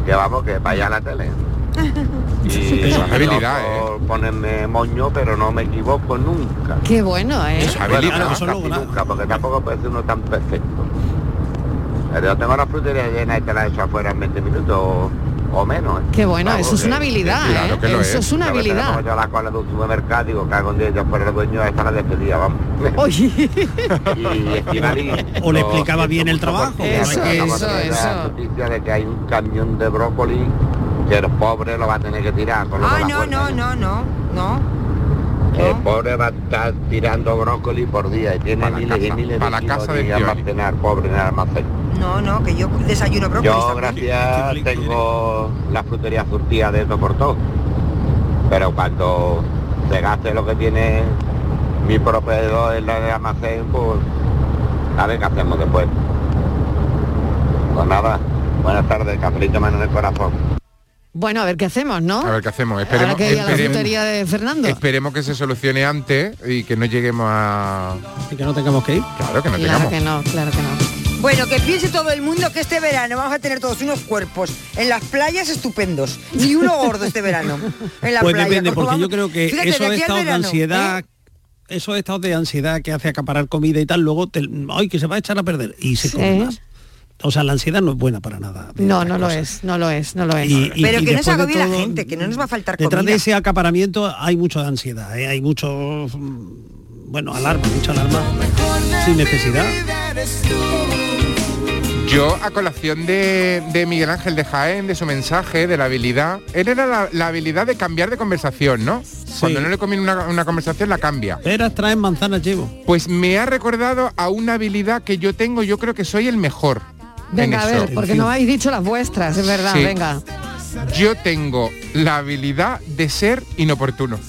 que vamos, que vaya a la tele. Y
Es
no
una habilidad,
¿eh?
por ponerme moño, pero no me equivoco nunca.
Qué bueno, ¿eh?
Bueno, casi nunca, porque tampoco puede ser uno tan perfecto. Pero yo tengo la frutería llena y te la he hecho afuera en 20 minutos o, o menos. ¿eh?
Qué bueno,
Vamos,
eso es
que-
una habilidad, ¿eh? Eso es una
Yo me tengo
habilidad.
como Yo a la cola de un supermercado, digo, cago en Dios, yo fuera el dueño, esta la despedida, vamos.
Oye.
y Estivali,
O le
no,
explicaba bien el trabajo.
Eso, noticia de que hay un camión de brócoli que el pobre lo va a tener que tirar. con lo de
Ah,
la
no,
cuerda.
no, no, no, no.
El pobre va a estar tirando brócoli por día y tiene miles y miles de kilos de almacenar, pobre en el almacén.
No, no, que yo desayuno brócoli.
Yo, gracias, tengo la frutería surtida de todo por todo. Pero cuando se gaste lo que tiene mi proveedor en la de almacén, pues a ver qué hacemos después. Pues nada, buenas tardes, cafelito mano en el corazón.
Bueno, a ver qué hacemos, ¿no?
A ver qué hacemos. Esperemos,
Ahora que haya la
esperemos-
frutería de Fernando.
esperemos que se solucione antes y que no lleguemos a...
Y que no tengamos que ir.
Claro, que no
Claro
tengamos.
que no, claro que no.
Bueno, que piense todo el mundo que este verano vamos a tener todos unos cuerpos en las playas estupendos. Ni uno gordo este verano. En la
pues
playa.
depende,
¿Cómo
porque yo
vamos?
creo que
Fíjate, de
esos
aquí al
estados de
verano, ¿eh?
ansiedad, esos estados de ansiedad que hace acaparar comida y tal, luego te, ay, que se va a echar a perder y se come más. O sea, la ansiedad no es buena para nada.
No, no lo es, no lo es, no lo es.
Y- y- Pero y que no se después de agobie la todo,
gente, que no nos va a faltar
Detrás
comida.
de ese acaparamiento hay mucho de ansiedad, ¿eh? hay mucho, mm, bueno, alarma, mucha alarma sin necesidad.
Yo, a colación de, de Miguel Ángel de Jaén, de su mensaje, de la habilidad, él era la, la habilidad de cambiar de conversación, ¿no? Cuando no le conviene una, una conversación, la cambia.
Peras traen manzanas llevo.
Pues me ha recordado a una habilidad que yo tengo, yo creo que soy el mejor. en
Venga, a
eso.
ver, porque no habéis dicho las vuestras, es verdad,
Sí.
venga.
Yo tengo la habilidad de ser inoportuno,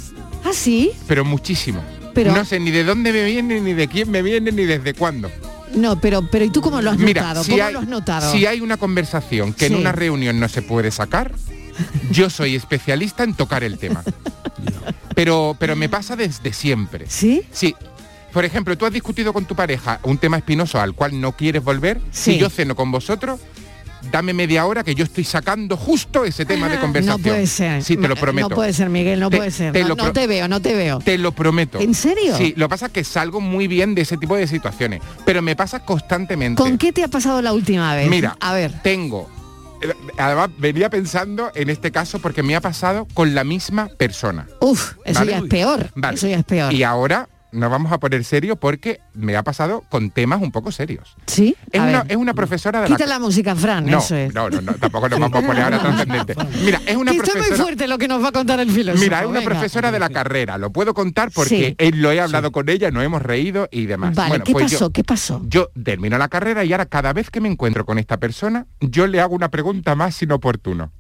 ¿Ah, sí?
pero muchísimo.
Pero-
No sé ni de dónde me viene, ni de quién me viene, ni desde cuándo.
No, pero, pero ¿y tú cómo lo has
Mira,
notado?
si
¿Cómo
hay-
lo has notado?
si hay una conversación que en
Sí.
una reunión no se puede sacar, yo soy especialista en tocar el tema. Pero, pero me pasa desde siempre.
¿Sí?
Sí. Por ejemplo, tú has discutido con tu pareja un tema espinoso al cual no quieres volver. Si yo ceno con vosotros, dame media hora que yo estoy sacando justo ese tema de conversación.
Ah, No puede ser.
Sí, te lo
Ma-
prometo.
Eh, No puede ser, Miguel, no
Te-
puede ser.
te
no,
lo
no
pro-
te veo, no te veo.
Te lo prometo.
¿En serio?
Sí, lo que pasa es que salgo muy bien de ese tipo de situaciones, pero me pasa constantemente.
¿Con qué te ha pasado la última vez?
Mira,
A ver.
tengo. eh, Además, venía pensando en este caso porque me ha pasado con la misma persona.
Uf, eso
Vale.
ya es peor.
Vale.
Eso ya es peor.
Y ahora nos vamos a poner serio porque me ha pasado con temas un poco serios.
¿Sí?
Es,
A
una,
ver.
es una profesora de
Quita
la...
la música, Fran,
No,
eso es.
no, no, no, tampoco nos vamos a poner ahora trascendente. Mira, es una
Que está muy
profesora...
fuerte lo que nos va a contar el filósofo.
Mira, es una
venga.
profesora de la carrera, lo puedo contar porque
Sí.
él- lo he hablado con ella, nos hemos reído y demás.
Vale,
Bueno,
¿qué
pues
pasó?
yo-
¿Qué pasó?
yo termino la carrera y ahora cada vez que me encuentro con esta persona, yo le hago una pregunta más inoportuna.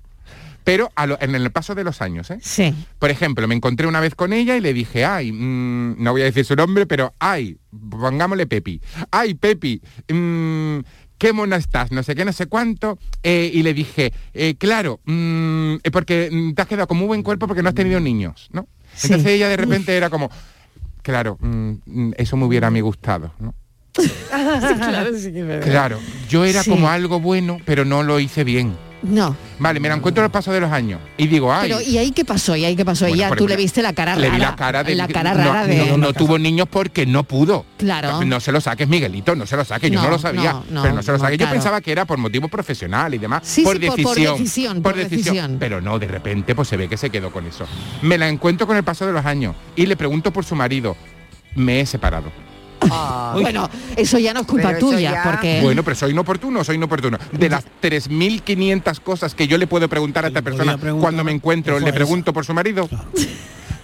Pero a lo- en el paso de los años, ¿eh?
Sí.
Por ejemplo, me encontré una vez con ella y le dije, ay, mm, no voy a decir su nombre, pero ay, pongámosle Pepi. Ay, Pepi, mm, qué mona estás, no sé qué, no sé cuánto. Eh, y le dije, "Eh, claro, mm, eh, porque mm, te has quedado con muy buen cuerpo porque no has tenido niños, ¿no?
Sí.
Entonces ella de repente era como, claro, mm, mm, eso me hubiera a mí gustado, ¿no?
claro, sí que es verdad.
Claro, yo era
Sí.
como algo bueno, pero no lo hice bien.
No.
Vale, me la encuentro al paso de los años y digo, ay,
Pero, ¿y ahí qué pasó? ¿Y ahí qué pasó?
Bueno,
ya
por
tú le
ejemplo,
viste la cara
le
rara.
vi la cara de
La cara
no,
rara de...
no, no tuvo niños porque no pudo. Pues
Claro.
No, se lo saques, Miguelito, no se lo saques, yo
No,
no lo sabía,
no, no,
pero no se lo
no,
saques.
claro.
Yo pensaba que era por motivo profesional y demás,
Sí,
por,
sí, por- por
decisión,
decisión, por decisión.
Pero no, de repente pues se ve que se quedó con eso. Me la encuentro con el paso de los años y le pregunto por su marido. Me he separado.
Bueno, eso ya no es culpa
Ah. Pero eso
tuya,
ya-
porque...
Bueno, pero soy inoportuno, soy inoportuno. De las 3.500 cosas que yo le puedo preguntar a esta persona cuando me encuentro, le pregunto por su marido.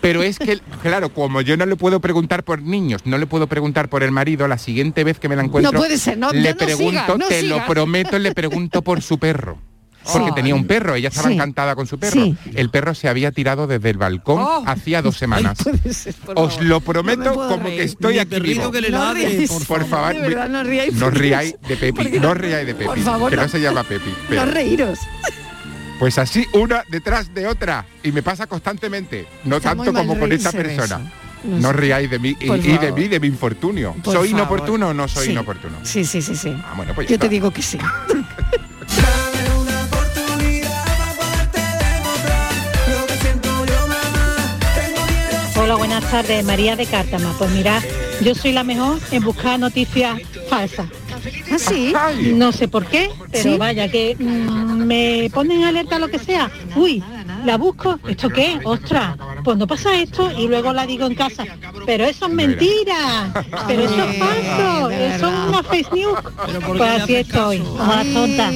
Pero es que, claro, como yo no le puedo preguntar por niños, no le puedo preguntar por el marido, la siguiente vez que me la encuentro,
No puede ser, no,
le
ya no
pregunto,
sigas, no
te
sigas.
lo prometo, le pregunto por su perro. Porque
Sí.
tenía un perro, ella estaba
Sí.
encantada con su perro.
Sí.
El perro se había tirado desde el balcón
Oh.
hacía dos semanas. Os lo prometo como que estoy aquí vivo.
que le No ladre, ríais. por
por favor,
favor. De verdad, no ríais.
no ríais de Pepi, no ríais de Pepi,
Por favor,
que no,
no.
se llama Pepi. pero-
No reíros.
pues así una detrás de otra y me pasa constantemente, no
Está muy
tanto
mal
como con esta
reírse de eso.
persona.
No
No,
sé.
ríais de mí y,
Por
y de
favor.
mí, de mi infortunio. ¿Soy
Por favor.
inoportuno o no soy
Sí.
inoportuno?
Sí, sí, sí, sí.
Ah, bueno, pues ya
Yo te
está.
digo que sí.
Hola, buenas tardes, María de Cártama. Pues mira, yo soy la mejor en buscar noticias falsas.
¿Ah, sí?
No sé por qué, pero vaya, que mm, me ponen alerta lo que sea. Uy, la busco, ¿esto qué? Ostras, pues no pasa esto y luego la digo en casa. Pero eso es mentira, pero eso es falso, eso es una fake news. Pues así estoy, más tonta.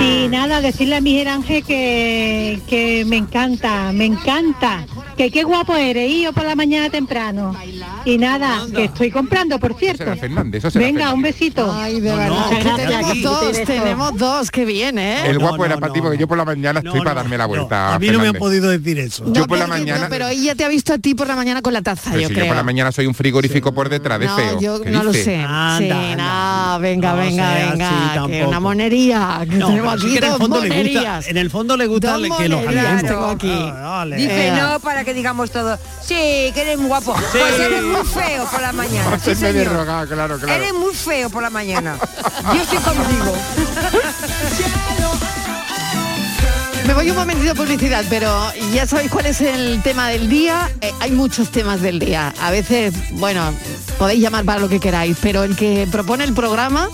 Y nada, decirle a Miguel Ángel que, que me encanta, me encanta. Que qué guapo eres, y yo por la mañana temprano. Y nada, que estoy comprando, por cierto.
Será Fernández, eso será
Venga, un besito.
Ay, de verdad.
Muchas gracias.
Tenemos dos, tenemos dos, que viene, ¿eh?
El guapo era para ti porque yo por la mañana estoy para darme la vuelta.
A mí no me han
Fernández.
podido decir eso.
Yo por la
pero-
mañana-
no, pero ella te ha visto a ti por la mañana con la taza,
Pero
yo
si
creo.
yo por la mañana soy un frigorífico por detrás de
no,
feo.
yo
¿Qué
no lo
dice?
sé. sí, no, venga,
No
venga,
sea así
venga. que
tampoco.
una monería. Que
No,
tenemos
pero sí
aquí
que en el
dos
fondo le gusta,
monerías.
en el fondo le gusta
Dos
que los
monerías
alienten.
tengo aquí.
Ah, vale.
Dice
Eh,
no para que digamos todo. Sí, que eres muy guapo.
Sí.
Pues eres muy feo por la mañana. Sí,
Hacerme de
señor.
rogar, claro, claro.
Eres muy feo por la mañana. Yo estoy contigo.
Me voy un momentito a publicidad, pero ya sabéis cuál es el tema del día. Eh, hay muchos temas del día. A veces, bueno, podéis llamar para lo que queráis, pero el que propone el programa,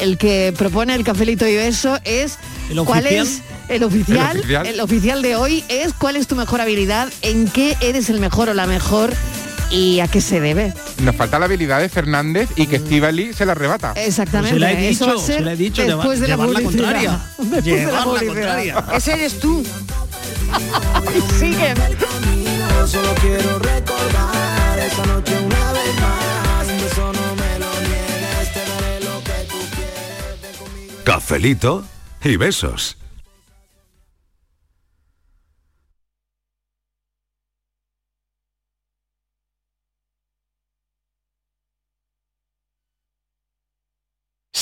el que propone el cafelito y beso es
¿El
cuál
oficial?
es el oficial,
¿El
el
oficial?
oficial. de hoy es cuál es tu mejor habilidad, en qué eres el mejor o la mejor y a qué se debe.
Nos falta la habilidad de Fernández y que Estivali se la arrebata.
Exactamente.
Pues se la he
eso va a
dicho,
ser
se la he dicho, lleva-
después de la
llevar la
publicidad.
contraria.
Después de
Llevar la
publicidad.
contraria.
Ese eres tú.
Sigue.
Solo quiero recordar esa noche una vez más. Eso no me lo niegues, te daré lo que tú
Cafelito y besos.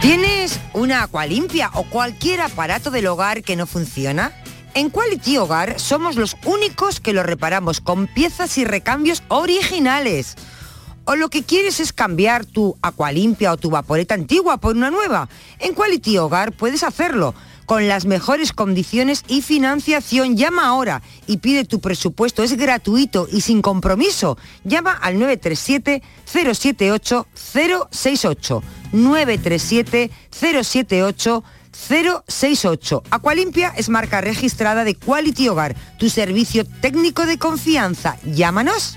¿Tienes una agua limpia o cualquier aparato del hogar que no funciona? En Quality Hogar somos los únicos que lo reparamos con piezas y recambios originales. O lo que quieres es cambiar tu agua limpia o tu vaporeta antigua por una nueva. En Quality Hogar puedes hacerlo con las mejores condiciones y financiación. Llama ahora y pide tu presupuesto. Es gratuito y sin compromiso. Llama al 937-078-068. 937-078-068. Aqualimpia es marca registrada de Quality Hogar, tu servicio técnico de confianza. Llámanos.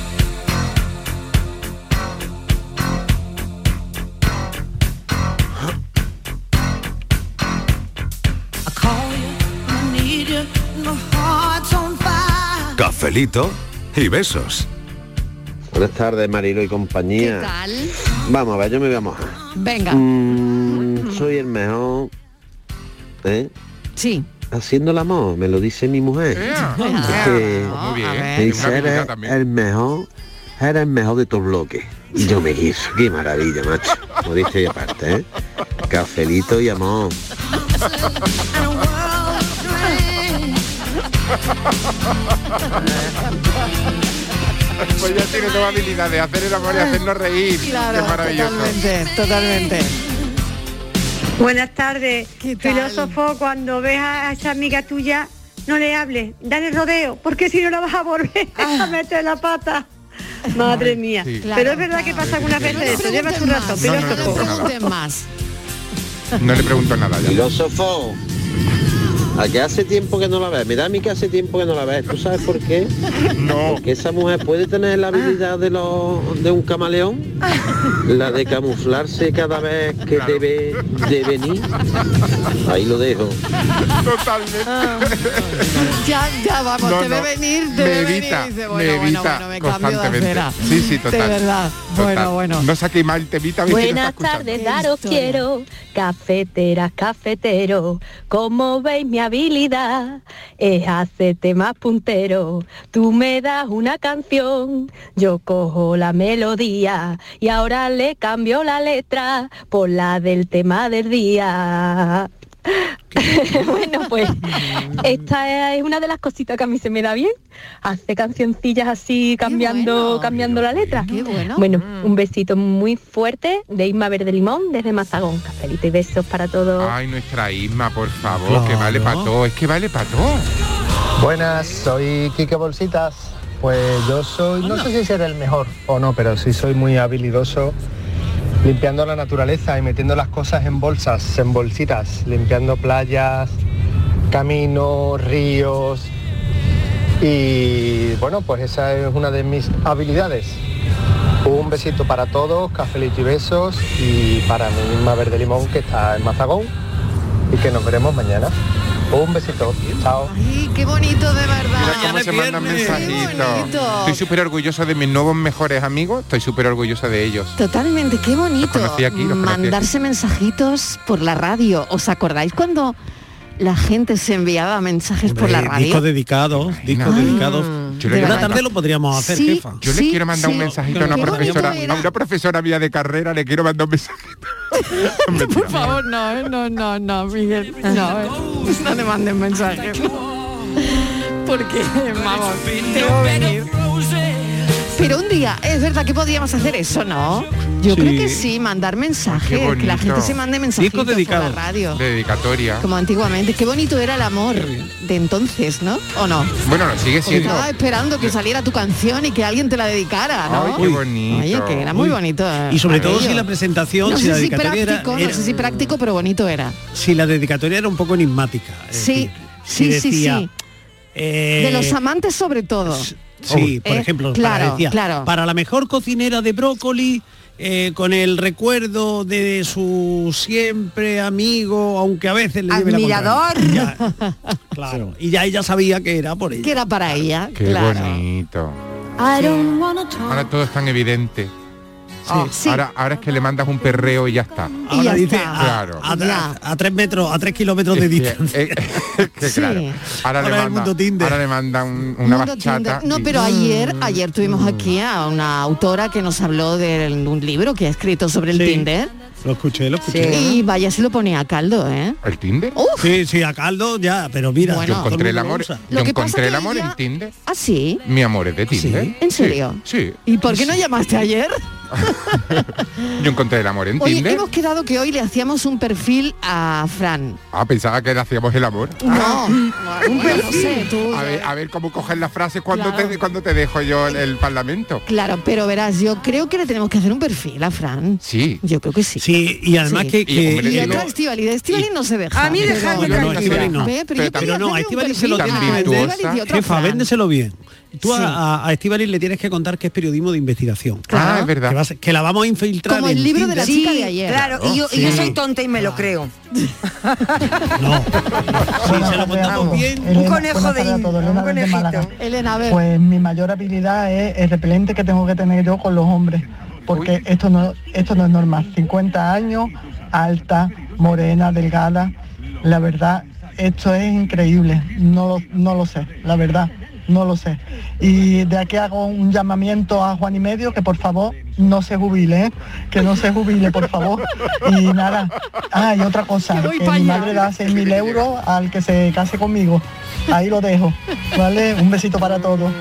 I call you, I need you, and my heart's on fire.
Cafelito y besos.
Buenas tardes, Marilo y compañía.
¿Qué tal?
Vamos a ver, yo me voy a mojar.
Venga.
Mm, soy el mejor. ¿Eh?
Sí. Ah,
Haciendo el amor, me lo dice mi mujer.
Ea.
Que
Muy bien.
me
A ver.
dice,
Una amiga
eres
también.
el mejor, eres el mejor de tus bloques. Y yo me quiso. Qué maravilla, macho. Como dice y aparte, ¿eh? Cafelito y amor.
Pues ya tiene dos habilidades, hacer el amor y hacernos reír.
Claro,
Qué maravilloso.
totalmente, totalmente.
Buenas tardes. Filósofo, cuando veas a esa amiga tuya, no le hables, dale rodeo, porque si no la vas a volver
Ah.
a meter la pata. Madre mía.
sí.
Pero
Claro,
es verdad que pasa algunas veces
No
eso, lleva su
preguntes
rato,
más. No, no, no, no, no,
filósofo.
no. preguntes
más.
No le pregunto nada ya.
Filósofo. ¿A que hace tiempo que no la ves? Mira a mí que hace tiempo que no la ves. ¿Tú sabes por qué?
No.
Porque esa mujer puede tener la habilidad de, los- de un camaleón, la de camuflarse cada vez que
Claro.
debe de venir. Ahí lo dejo.
Totalmente.
Ya, ya, vamos,
No,
te ve
no,
venir, te
me
ve
evita,
venir. y dice,
me
bueno, bueno,
evita
bueno, me cambio de
constantemente.
acera.
sí, sí, total.
De verdad.
total.
Bueno, bueno.
No saqué mal el temita. a ver si nos está
Buenas
escuchando.
tardes, daros quiero, cafeteras, cafeteros, como veis mi habilidad es hacerte más puntero. Tú me das una canción, yo cojo la melodía y ahora le cambio la letra por la del tema del día. bueno, pues esta es una de las cositas que a mí se me da bien. Hace cancioncillas así cambiando, cambiando la letra. bueno. un besito muy fuerte de Isma Verde Limón desde Mazagón. Cafelito y besos para todos.
Ay, nuestra Isma, por favor, que vale para todo. Es que vale para todo.
Buenas, soy Quique Bolsitas. Pues yo soy, no sé si seré el mejor o no, pero sí soy muy habilidoso limpiando la naturaleza y metiendo las cosas en bolsas, en bolsitas, limpiando playas, caminos, ríos. Y bueno, pues esa es una de mis habilidades. Un besito para todos, cafelito y besos y para mí misma Verde Limón que está en Mazagón y que nos veremos mañana. Un besito, chao.
Y qué bonito de verdad.
¿Cómo se mandan mensajitos?
bonito.
Estoy súper orgulloso de mis nuevos mejores amigos. Estoy súper orgulloso de ellos.
Totalmente, qué bonito.
Los conocí aquí, los conocí aquí.
Mandarse mensajitos por la radio. ¿Os acordáis cuando la gente se enviaba mensajes por la
Eh, discos
radio?
dedicados,
Ah.
discos dedicados.
Yo le
una
quiero
tarde
mandar-
lo podríamos hacer,
Sí,
jefa.
Yo le quiero mandar un mensajito a una
Qué bonito
profesora,
era.
a una profesora mía de carrera, le quiero mandar un mensajito. Mentira.
Por favor, no, eh, no, no, no, Miguel. No, eh. no le manden mensajes. Porque, vamos, te va a venir. Pero un día, es verdad que podíamos hacer eso, ¿no? Yo
Sí.
creo que sí, mandar mensajes,
Qué
que la gente
bonito.
se mande mensajitos por la radio.
Dedicatoria.
Como antiguamente, qué bonito era el amor de entonces, ¿no? ¿O no?
Bueno, lo sigue
Porque
siendo.
estaba esperando que saliera tu canción y que alguien te la dedicara,
Ay,
¿no?
qué bonito.
Oye, que era muy
Uy.
bonito. eh,
Y sobre todo
aquello.
si la presentación,
no
si
sé
la
si
dedicatoria era,
práctico,
era-
no sé si práctico, pero bonito era.
si la dedicatoria era un poco enigmática. es
Sí,
decir, si
sí, sí,
decía,
sí.
eh,
De los amantes sobre todo.
Sí, por
Eh,
ejemplo, para-
claro,
decía,
claro.
para la mejor cocinera de brócoli, eh, con el recuerdo de su siempre amigo, aunque a veces le lleve la
Admirador.
contraria. Ya, claro, y ya ella sabía que era por ella.
Que era para ella,
Qué
claro.
bonito.
I don't wanna talk.
Ahora todo es tan evidente.
Ah, sí.
Ahora, ahora es que le mandas un perreo y ya está.
Ahora dice a,
claro. eh,
a- a tres metros, a tres kilómetros de distancia.
Que claro. Ahora,
Ahora
le
el
manda,
mundo Tinder.
ahora le manda un- una
Mundo
bachata.
Tinder. No,
y-
pero ayer,
Mm,
ayer tuvimos aquí a una autora que nos habló de un libro que ha escrito sobre el Tinder.
Lo escuché, lo escuché.
Y vaya si lo ponía a caldo, ¿eh?
¿El Tinder?
Sí, sí, a caldo ya, pero mira,
yo encontré el amor,
Lo
yo
que
pasa
encontré
que
el amor
ella-
en Tinder.
¿Ah, sí?
Mi amor es de Tinder.
¿En serio?
Sí.
¿Y por qué no llamaste ayer?
Yo encontré el amor en
Oye,
Tinder.
hemos quedado que hoy le hacíamos un perfil a Fran.
Ah, pensaba que le hacíamos el amor. Ah.
No, Ah,
Un
bueno, no
perfil.
sé, tú-
a, ver, a ver cómo coges las frases cuando,
Claro.
te, cuando te dejo yo el, el parlamento.
Claro, pero verás, yo creo que le tenemos que hacer un perfil a Fran.
Sí.
Yo creo que sí.
Sí, y además
Sí.
que... que-
Y otra Estivali, de Estivali no se deja.
A mí dejadme No, no, tranquila. Estíbaliz no.
Ve, ¿eh? Pero, yo
Pero
quería hacerle
no, a
un
Estíbaliz se lo
perfil a-
tiene que
a
vender.
Estíbaliz y otra
Jefa,
Fran.
véndeselo bien. Tú a-
Sí.
a, a Estíbaliz le tienes que contar que es periodismo de investigación.
Ah, es verdad.
Que, vas- que la vamos a infiltrar
Como
en
el libro de la
Tinder. Oh,
chica de ayer. Claro, y yo, y yo
Sí.
soy tonta y me lo creo.
Elena,
un conejo
buenas
de
tardes a
India,
todos.
un
Elena desde
conejito.
Málaga.
Elena, a ver.
Pues mi mayor habilidad es el repelente que tengo que tener yo con los hombres, porque esto no esto no es normal. 50 años, alta, morena, delgada. La verdad, esto es increíble. No lo, no lo sé, la verdad, no lo sé. Y de aquí hago un llamamiento a Juan y Medio que por favor no se jubile, ¿eh? que no se jubile, por favor. Y nada. Ah, y otra cosa,
Que voy
que
pa'
mi
allá.
madre da 6.000 euros al que se case conmigo. Ahí lo dejo, ¿vale? Un besito para todos.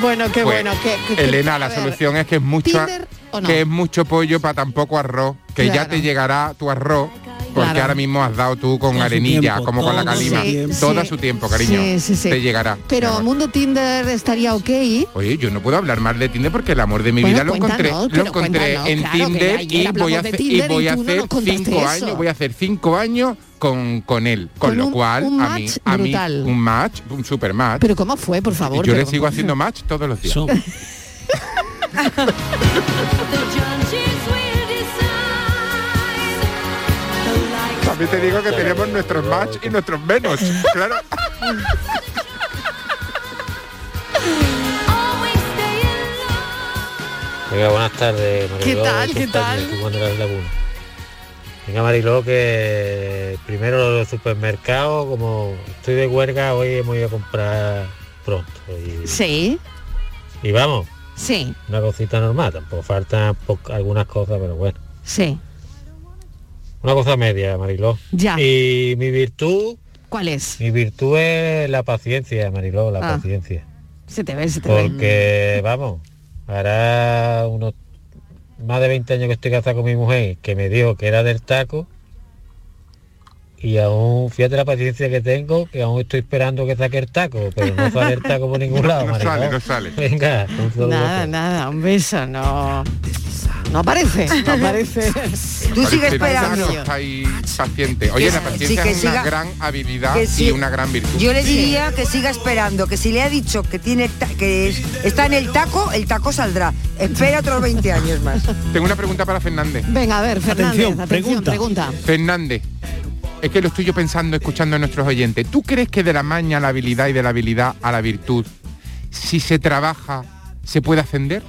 Bueno, qué
Pues,
bueno. Que, que- que-
Elena, la
a ver,
solución es que es mucho
¿Tinder o no?
que es mucho pollo para tampoco arroz, que ya
Claro.
te llegará tu arroz. Porque
Claro.
ahora mismo has dado tú con
Todo su
arenilla,
tiempo,
como con la
todo su
calima.
tiempo.
Todo
Sí.
su tiempo, cariño.
Sí, sí, sí.
Te llegará. mi
Pero
amor.
mundo Tinder estaría ok.
Oye, yo no puedo hablar más de Tinder porque el amor de mi
Bueno,
vida lo encontré,
cuéntanos,
lo
pero
encontré
cuéntanos,
en
claro, que
Tinder
ayer
y
hablamos
voy a
de
hacer, y
Tinder y
voy a
tú no
hacer
nos contaste
cinco
eso.
años, voy a hacer cinco años con, con él, con,
Con
lo
un-
cual
un
a mí,
match
a mí
brutal.
un match, un super match.
Pero ¿cómo fue, por favor?
yo
Pero
le sigo
¿cómo-
haciendo match todos los días. También te digo que tenemos nuestros match y nuestros menos, claro.
Venga, buenas tardes, Mariló.
¿Qué tal,
y
qué
compañía,
tal?
Juan de la Laguna. Venga, Mariló, que primero lo del supermercado, como estoy de huelga, hoy hemos ido a comprar pronto. Y,
Sí,
y vamos,
sí,
una cosita normal, tampoco faltan po- algunas cosas, pero bueno.
sí.
Una cosa media, Mariló.
Ya.
Y mi virtud...
¿Cuál es?
Mi virtud es la paciencia, Mariló, la
Ah.
paciencia.
Se te ve, se te ve.
Porque, vamos, hará unos más de 20 años que estoy casado con mi mujer, que me dijo que era del taco. Y aún, fíjate la paciencia que tengo, que aún estoy esperando que saque el taco, pero no sale el taco por ningún lado.
No sale,
maricón.
no sale.
Venga, un saludo.
Nada, nada, un beso, no. No aparece, no aparece.
Parece que Taco Está ahí paciente. Oye,
Que-
la paciencia
sí, que
es una
siga-
gran habilidad
que sí.
y una gran virtud.
Yo le diría que siga esperando, que si le ha dicho que tiene ta- que es- está en el taco, el taco saldrá. Espera otros 20 años más.
Tengo una pregunta para Fernández.
Venga, a ver, Fernández, atención, pregunta.
Fernández, es que lo estoy yo pensando, escuchando a nuestros oyentes. ¿Tú crees que de la maña a la habilidad y de la habilidad a la virtud, si se trabaja, se puede ascender?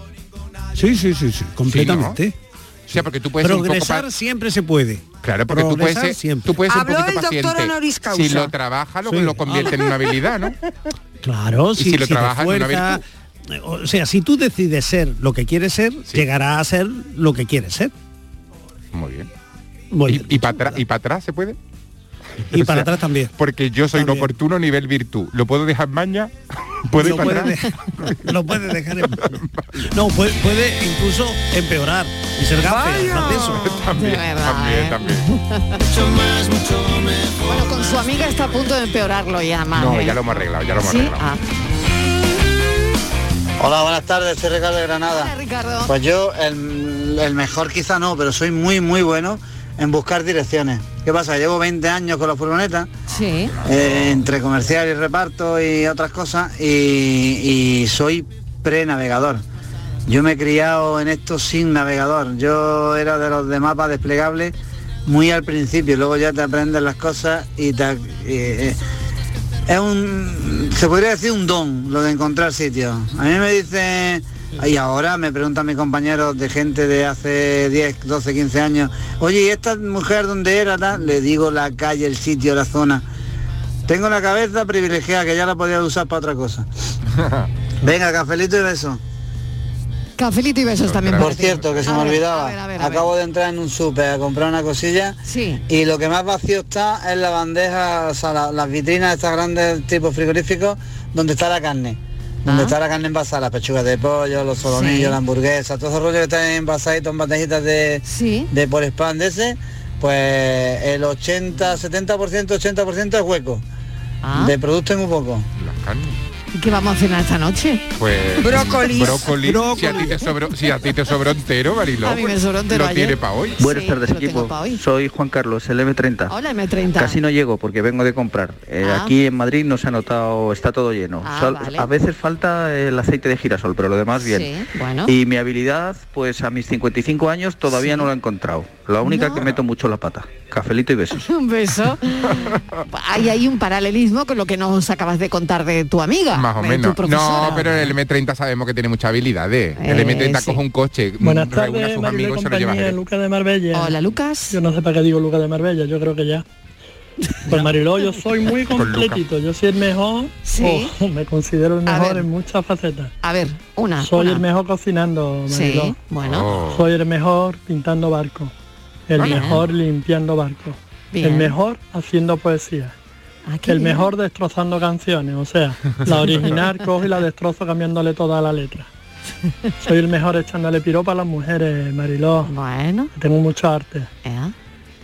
Sí, sí, sí, sí, completamente.
O sea, porque tú puedes ser un poco
Progresar
pa-
siempre se puede.
Claro, porque tú puedes
Progresar
ser,
siempre.
tú puedes ser un
Habló
poquito
el doctor
paciente.
honoris causa.
Si lo trabaja, lo,
Sí.
lo convierte en una habilidad, ¿no?
Claro,
Y
si,
si lo
si te
trabajas en una
esfuerzas, O sea, si tú decides ser lo que quieres ser, llegarás a ser lo que quieres ser.
Muy bien.
Muy
¿Y, y para atrás y para atrás se puede?
Y
O
para
sea,
atrás también.
Porque yo soy lo oportuno nivel virtud. ¿Lo puedo dejar en maña? ¿Puedo ir
Lo
para
puedes
atrás?
Lo puedes dejar en No, puede, puede incluso empeorar y ser gafe. haz de eso.
también, también, también.
Bueno, con su amiga está a punto de empeorarlo ya más.
No,
¿eh?
ya lo hemos arreglado, ya lo hemos
¿Sí?
arreglado.
Ah,
Hola, buenas tardes, soy Ricardo de Granada.
Ricardo.
Pues yo, el, el mejor quizá no, pero soy muy, muy bueno en buscar direcciones. ¿Qué pasa? Llevo 20 años con la furgoneta,
Sí.
eh, entre comercial y reparto y otras cosas, y, y soy pre-navegador. Yo me he criado en esto sin navegador. Yo era de los de mapas desplegables muy al principio, luego ya te aprendes las cosas y te... ac- eh, eh, es un se podría decir un don lo de encontrar sitios a mí me dice y ahora me preguntan mis compañeros de gente de hace 10 12 15 años oye y esta mujer dónde era tal?". le digo la calle el sitio la zona tengo la cabeza privilegiada que ya la podía usar para otra cosa
Ah.
venga cafelito y beso
Cafelito y besos también.
por
para ti.
cierto, que se
A
me
ver,
olvidaba.
a ver, a ver, a ver.
Acabo de entrar en un súper a comprar una cosilla. Y lo que más vacío está es la bandeja, o sea, la- las vitrinas estas grandes tipo frigoríficos donde está la carne. Donde está la carne envasada, las pechugas de pollo, los solomillos,
Ah. Sí.
la hamburguesa, todos esos rollos que están envasaditos en bandejitas de, de por spam de ese, pues el 80, 70%, 80% es hueco.
Ah.
De producto en un poco.
¿Y qué vamos a cenar esta noche?
Pues
Brócolis.
brócoli, Si a ti te sobró, si a ti te sobró entero, Mariló,
A mí me sobró entero
lo
ayer.
tiene para hoy.
Buenas tardes equipo,
pa' hoy.
soy Juan Carlos, el M30.
Hola, M30.
Casi no llego porque vengo de comprar. Eh,
Ah.
Aquí en Madrid no se ha notado, está todo lleno.
Ah,
Sol-
vale.
A veces falta el aceite de girasol, pero lo demás bien.
Sí, bueno.
Y mi habilidad, pues a mis 55 años todavía no la he encontrado. La única
No.
que meto mucho la pata. Cafelito y besos.
Un beso. Hay ahí un paralelismo con lo que nos acabas de contar de tu amiga.
Más o
de
menos.
Tu profesora.
No, pero el M30 sabemos que tiene mucha habilidad. ¿eh? El
Eh,
M30
sí.
coge un coche, mm,
Buenas
reúne a
tardes,
sus
Mariló y
amigos y se lo lleva a
compañía.
Jerez.
Lucas de Marbella.
Hola, Lucas.
Yo no sé para qué digo Lucas de Marbella, yo creo que ya. Pues Mariló, yo soy muy completito, yo soy el mejor,
Sí.
oh, me considero el
A
mejor
ver.
en muchas facetas.
A ver, una.
Soy
una.
el mejor cocinando,
Sí,
Mariló.
bueno. Oh.
Soy el mejor pintando barcos, el
Bien.
mejor limpiando barcos, el
Bien. Ah,
mejor haciendo poesía,
qué
el
bien.
mejor destrozando canciones, o sea, la original cojo y la destrozo cambiándole toda la letra. Soy el mejor echándole piropa a las mujeres, Mariló.
Bueno.
Tengo mucho arte.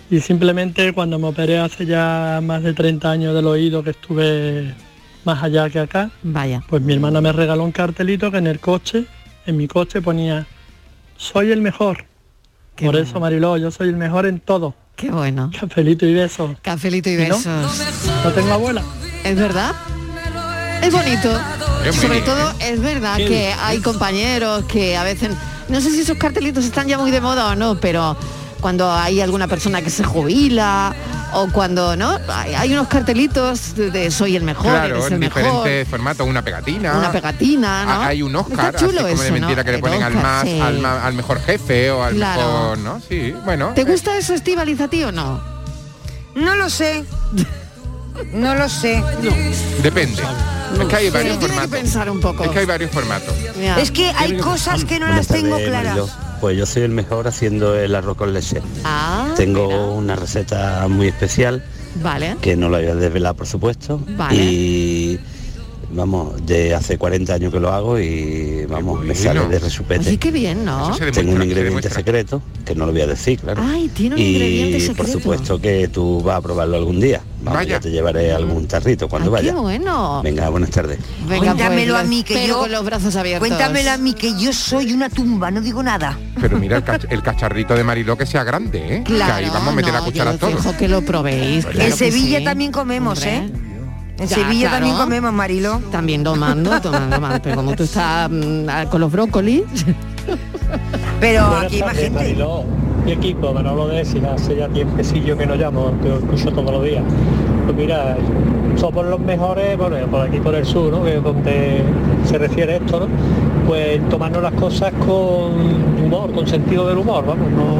Y simplemente cuando me operé hace ya más de 30 años del oído que estuve más allá que acá,
Vaya.
pues mi hermana me regaló un cartelito que en el coche, en mi coche ponía, soy el mejor. Por eso, Mariló, yo soy el mejor en todo.
Qué bueno.
Cafelito y besos.
Cafelito y
¿Y no?
besos.
No tengo abuela.
Es verdad. Es bonito.
Es muy
Sobre
lindo,
todo es verdad
Sí.
que hay compañeros que a veces, no sé si esos cartelitos están ya muy de moda o no, pero cuando hay alguna persona que se jubila o cuando no, hay, hay unos cartelitos de, de soy el mejor,
Claro,
eres el
en
mejor,
diferentes formatos, una pegatina.
una pegatina, ¿no?
Ah, Hay un Oscar,
Está
así
chulo
como de
eso, ¿no?
mentira que le
El
ponen al
Oscar,
más,
sí.
al, ma- al mejor jefe o al
Claro.
mejor, ¿no? Sí, bueno.
¿Te gusta eso, Estivaliz, a ti o no?
No lo sé. No lo sé.
Depende. es que hay varios formatos.
pensar un poco.
Es que hay varios formatos.
Es que hay cosas que no las tengo
Buenas tardes,
claras.
Mariló. Pues yo soy el mejor haciendo el arroz con leche.
Ah,
Tengo una receta muy especial
vale.
que no la voy a desvelar, por supuesto.
¿Eh? Vale.
Y vamos, de hace 40 años que lo hago y vamos, me sale de resupete.
Oye, qué bien, ¿no?
Tengo un ingrediente secreto que no lo voy a decir, claro.
Ay, tiene un
y
ingrediente
por
secreto.
supuesto que tú vas a probarlo algún día. Vamos,
Vaya.
yo te llevaré algún tarrito cuando
Ah, Qué
vaya.
bueno.
Venga, buenas tardes.
Venga,
Cuéntamelo
pues,
a mí, que
espero
yo-
con los brazos abiertos.
Cuéntamelo a mí que yo soy una tumba, no digo nada.
Pero mira el, cach- el cacharrito de Mariló que sea grande, ¿eh? que ahí vamos a meter la cuchara a todos.
que lo probéis.
en Sevilla también comemos, ¿eh? En Sevilla también comemos, Marilo.
También tomando, tomando, tomando. Pero como tú estás mm, a- con los brócolis,
Pero
Buenas
aquí
tardes,
imagínate.
Mariló.
Mi equipo, Manolo de Sina, hace ya tiempecillo que no llamo, que os escucho todos los días. Pues mira, somos los mejores, bueno, por aquí por el sur, ¿no? Que es donde se refiere esto, ¿no? Pues en tomarnos las cosas con humor, con sentido del humor, vamos, no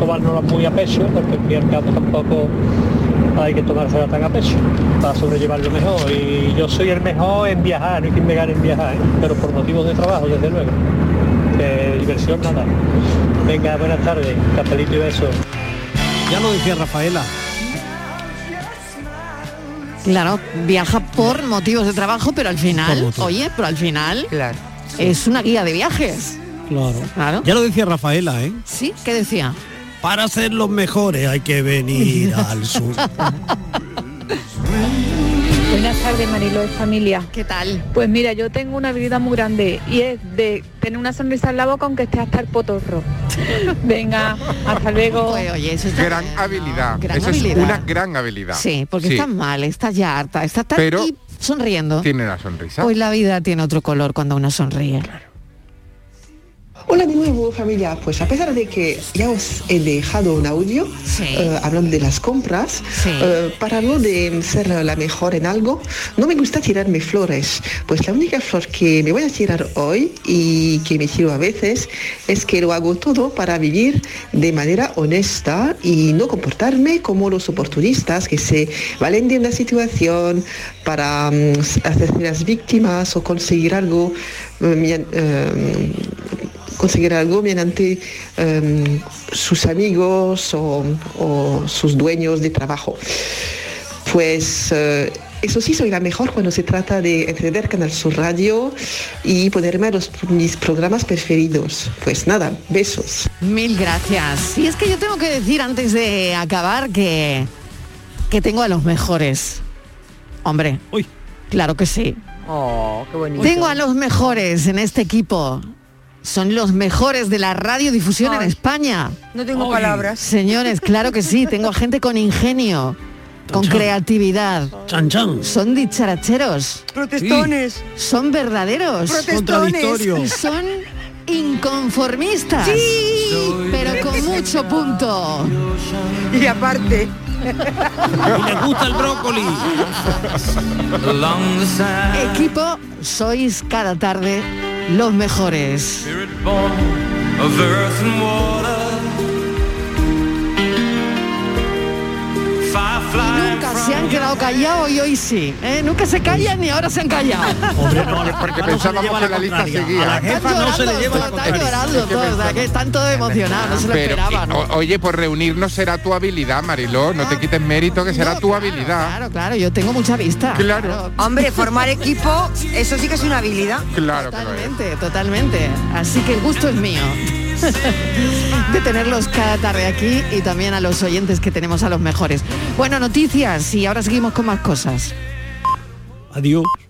tomárnoslas muy a pecho, porque en fin y al cabo tampoco hay que tomársela tan a pecho para sobrellevarlo mejor. Y yo soy el mejor en viajar, no hay quien me gane en viajar, ¿eh? pero por motivos de trabajo, desde luego. Eh, diversión nada. Venga, buenas tardes, capelito y beso.
Ya lo decía Rafaela.
claro, viaja por motivos de trabajo, pero al final, oye, pero al final es una guía de viajes.
Claro.
Claro.
Ya lo decía Rafaela, ¿eh?
¿Sí? ¿Qué decía?
Para ser los mejores hay que venir al sur.
Buenas tardes, Mariló y familia.
¿Qué tal?
Pues mira, yo tengo una habilidad muy grande y es de tener una sonrisa en la boca aunque esté hasta el potorro. Venga, hasta luego.
Pues,
gran habilidad.
gran
eso
habilidad.
es una gran habilidad.
Sí, porque estás mal, estás ya harta, estás tan
Pero
y sonriendo.
tiene la sonrisa.
Pues la vida tiene otro color cuando uno sonríe.
Hola de nuevo familia, pues a pesar de que ya os he dejado un audio eh, hablando de las compras, eh, para lo de ser la mejor en algo, no me gusta tirarme flores, pues la única flor que me voy a tirar hoy y que me tiro a veces es que lo hago todo para vivir de manera honesta y no comportarme como los oportunistas que se valen de una situación para mm, hacerse las víctimas o conseguir algo. mm, bien, eh, conseguir algo mediante eh, sus amigos o, o sus dueños de trabajo. Pues eh, Eso sí, soy la mejor cuando se trata de entender Canal Sur Radio y ponerme a los, mis programas preferidos. Pues nada, besos.
Mil gracias. Y es que yo tengo que decir antes de acabar que, que tengo a los mejores. Hombre. Uy. Claro que sí.
Oh, qué bonito.
Tengo a los mejores en este equipo. Son los mejores de la radiodifusión en España.
No tengo palabras.
Señores, claro que sí. Tengo a gente con ingenio, con
Chan, chan.
creatividad.
Chan, chan.
Son dicharacheros.
Protestones.
Son verdaderos.
Protestones. Contradictorios.
Son inconformistas. Pero con mucho punto.
Y aparte.
Y le gusta el brócoli.
Equipo, sois cada tarde los mejores.
of earth and water. Firefly
Nunca se han quedado callados y hoy sí. ¿eh? Nunca se callan y ahora se han callado.
porque pensábamos que la lista seguía.
Están llorando todos, o sea, que están todos emocionados, no se lo
Pero,
esperaban.
o- oye, por reunirnos será tu habilidad, Mariló. No te quites mérito, que será tu habilidad.
Ah. Claro, claro, yo tengo mucha vista.
Claro.
Hombre, formar equipo, eso sí que es una habilidad.
Claro que lo es.
Totalmente, totalmente. Así que el gusto es mío. de tenerlos cada tarde aquí y también a los oyentes que tenemos a los mejores. Bueno, noticias y ahora seguimos con más cosas.
Adiós.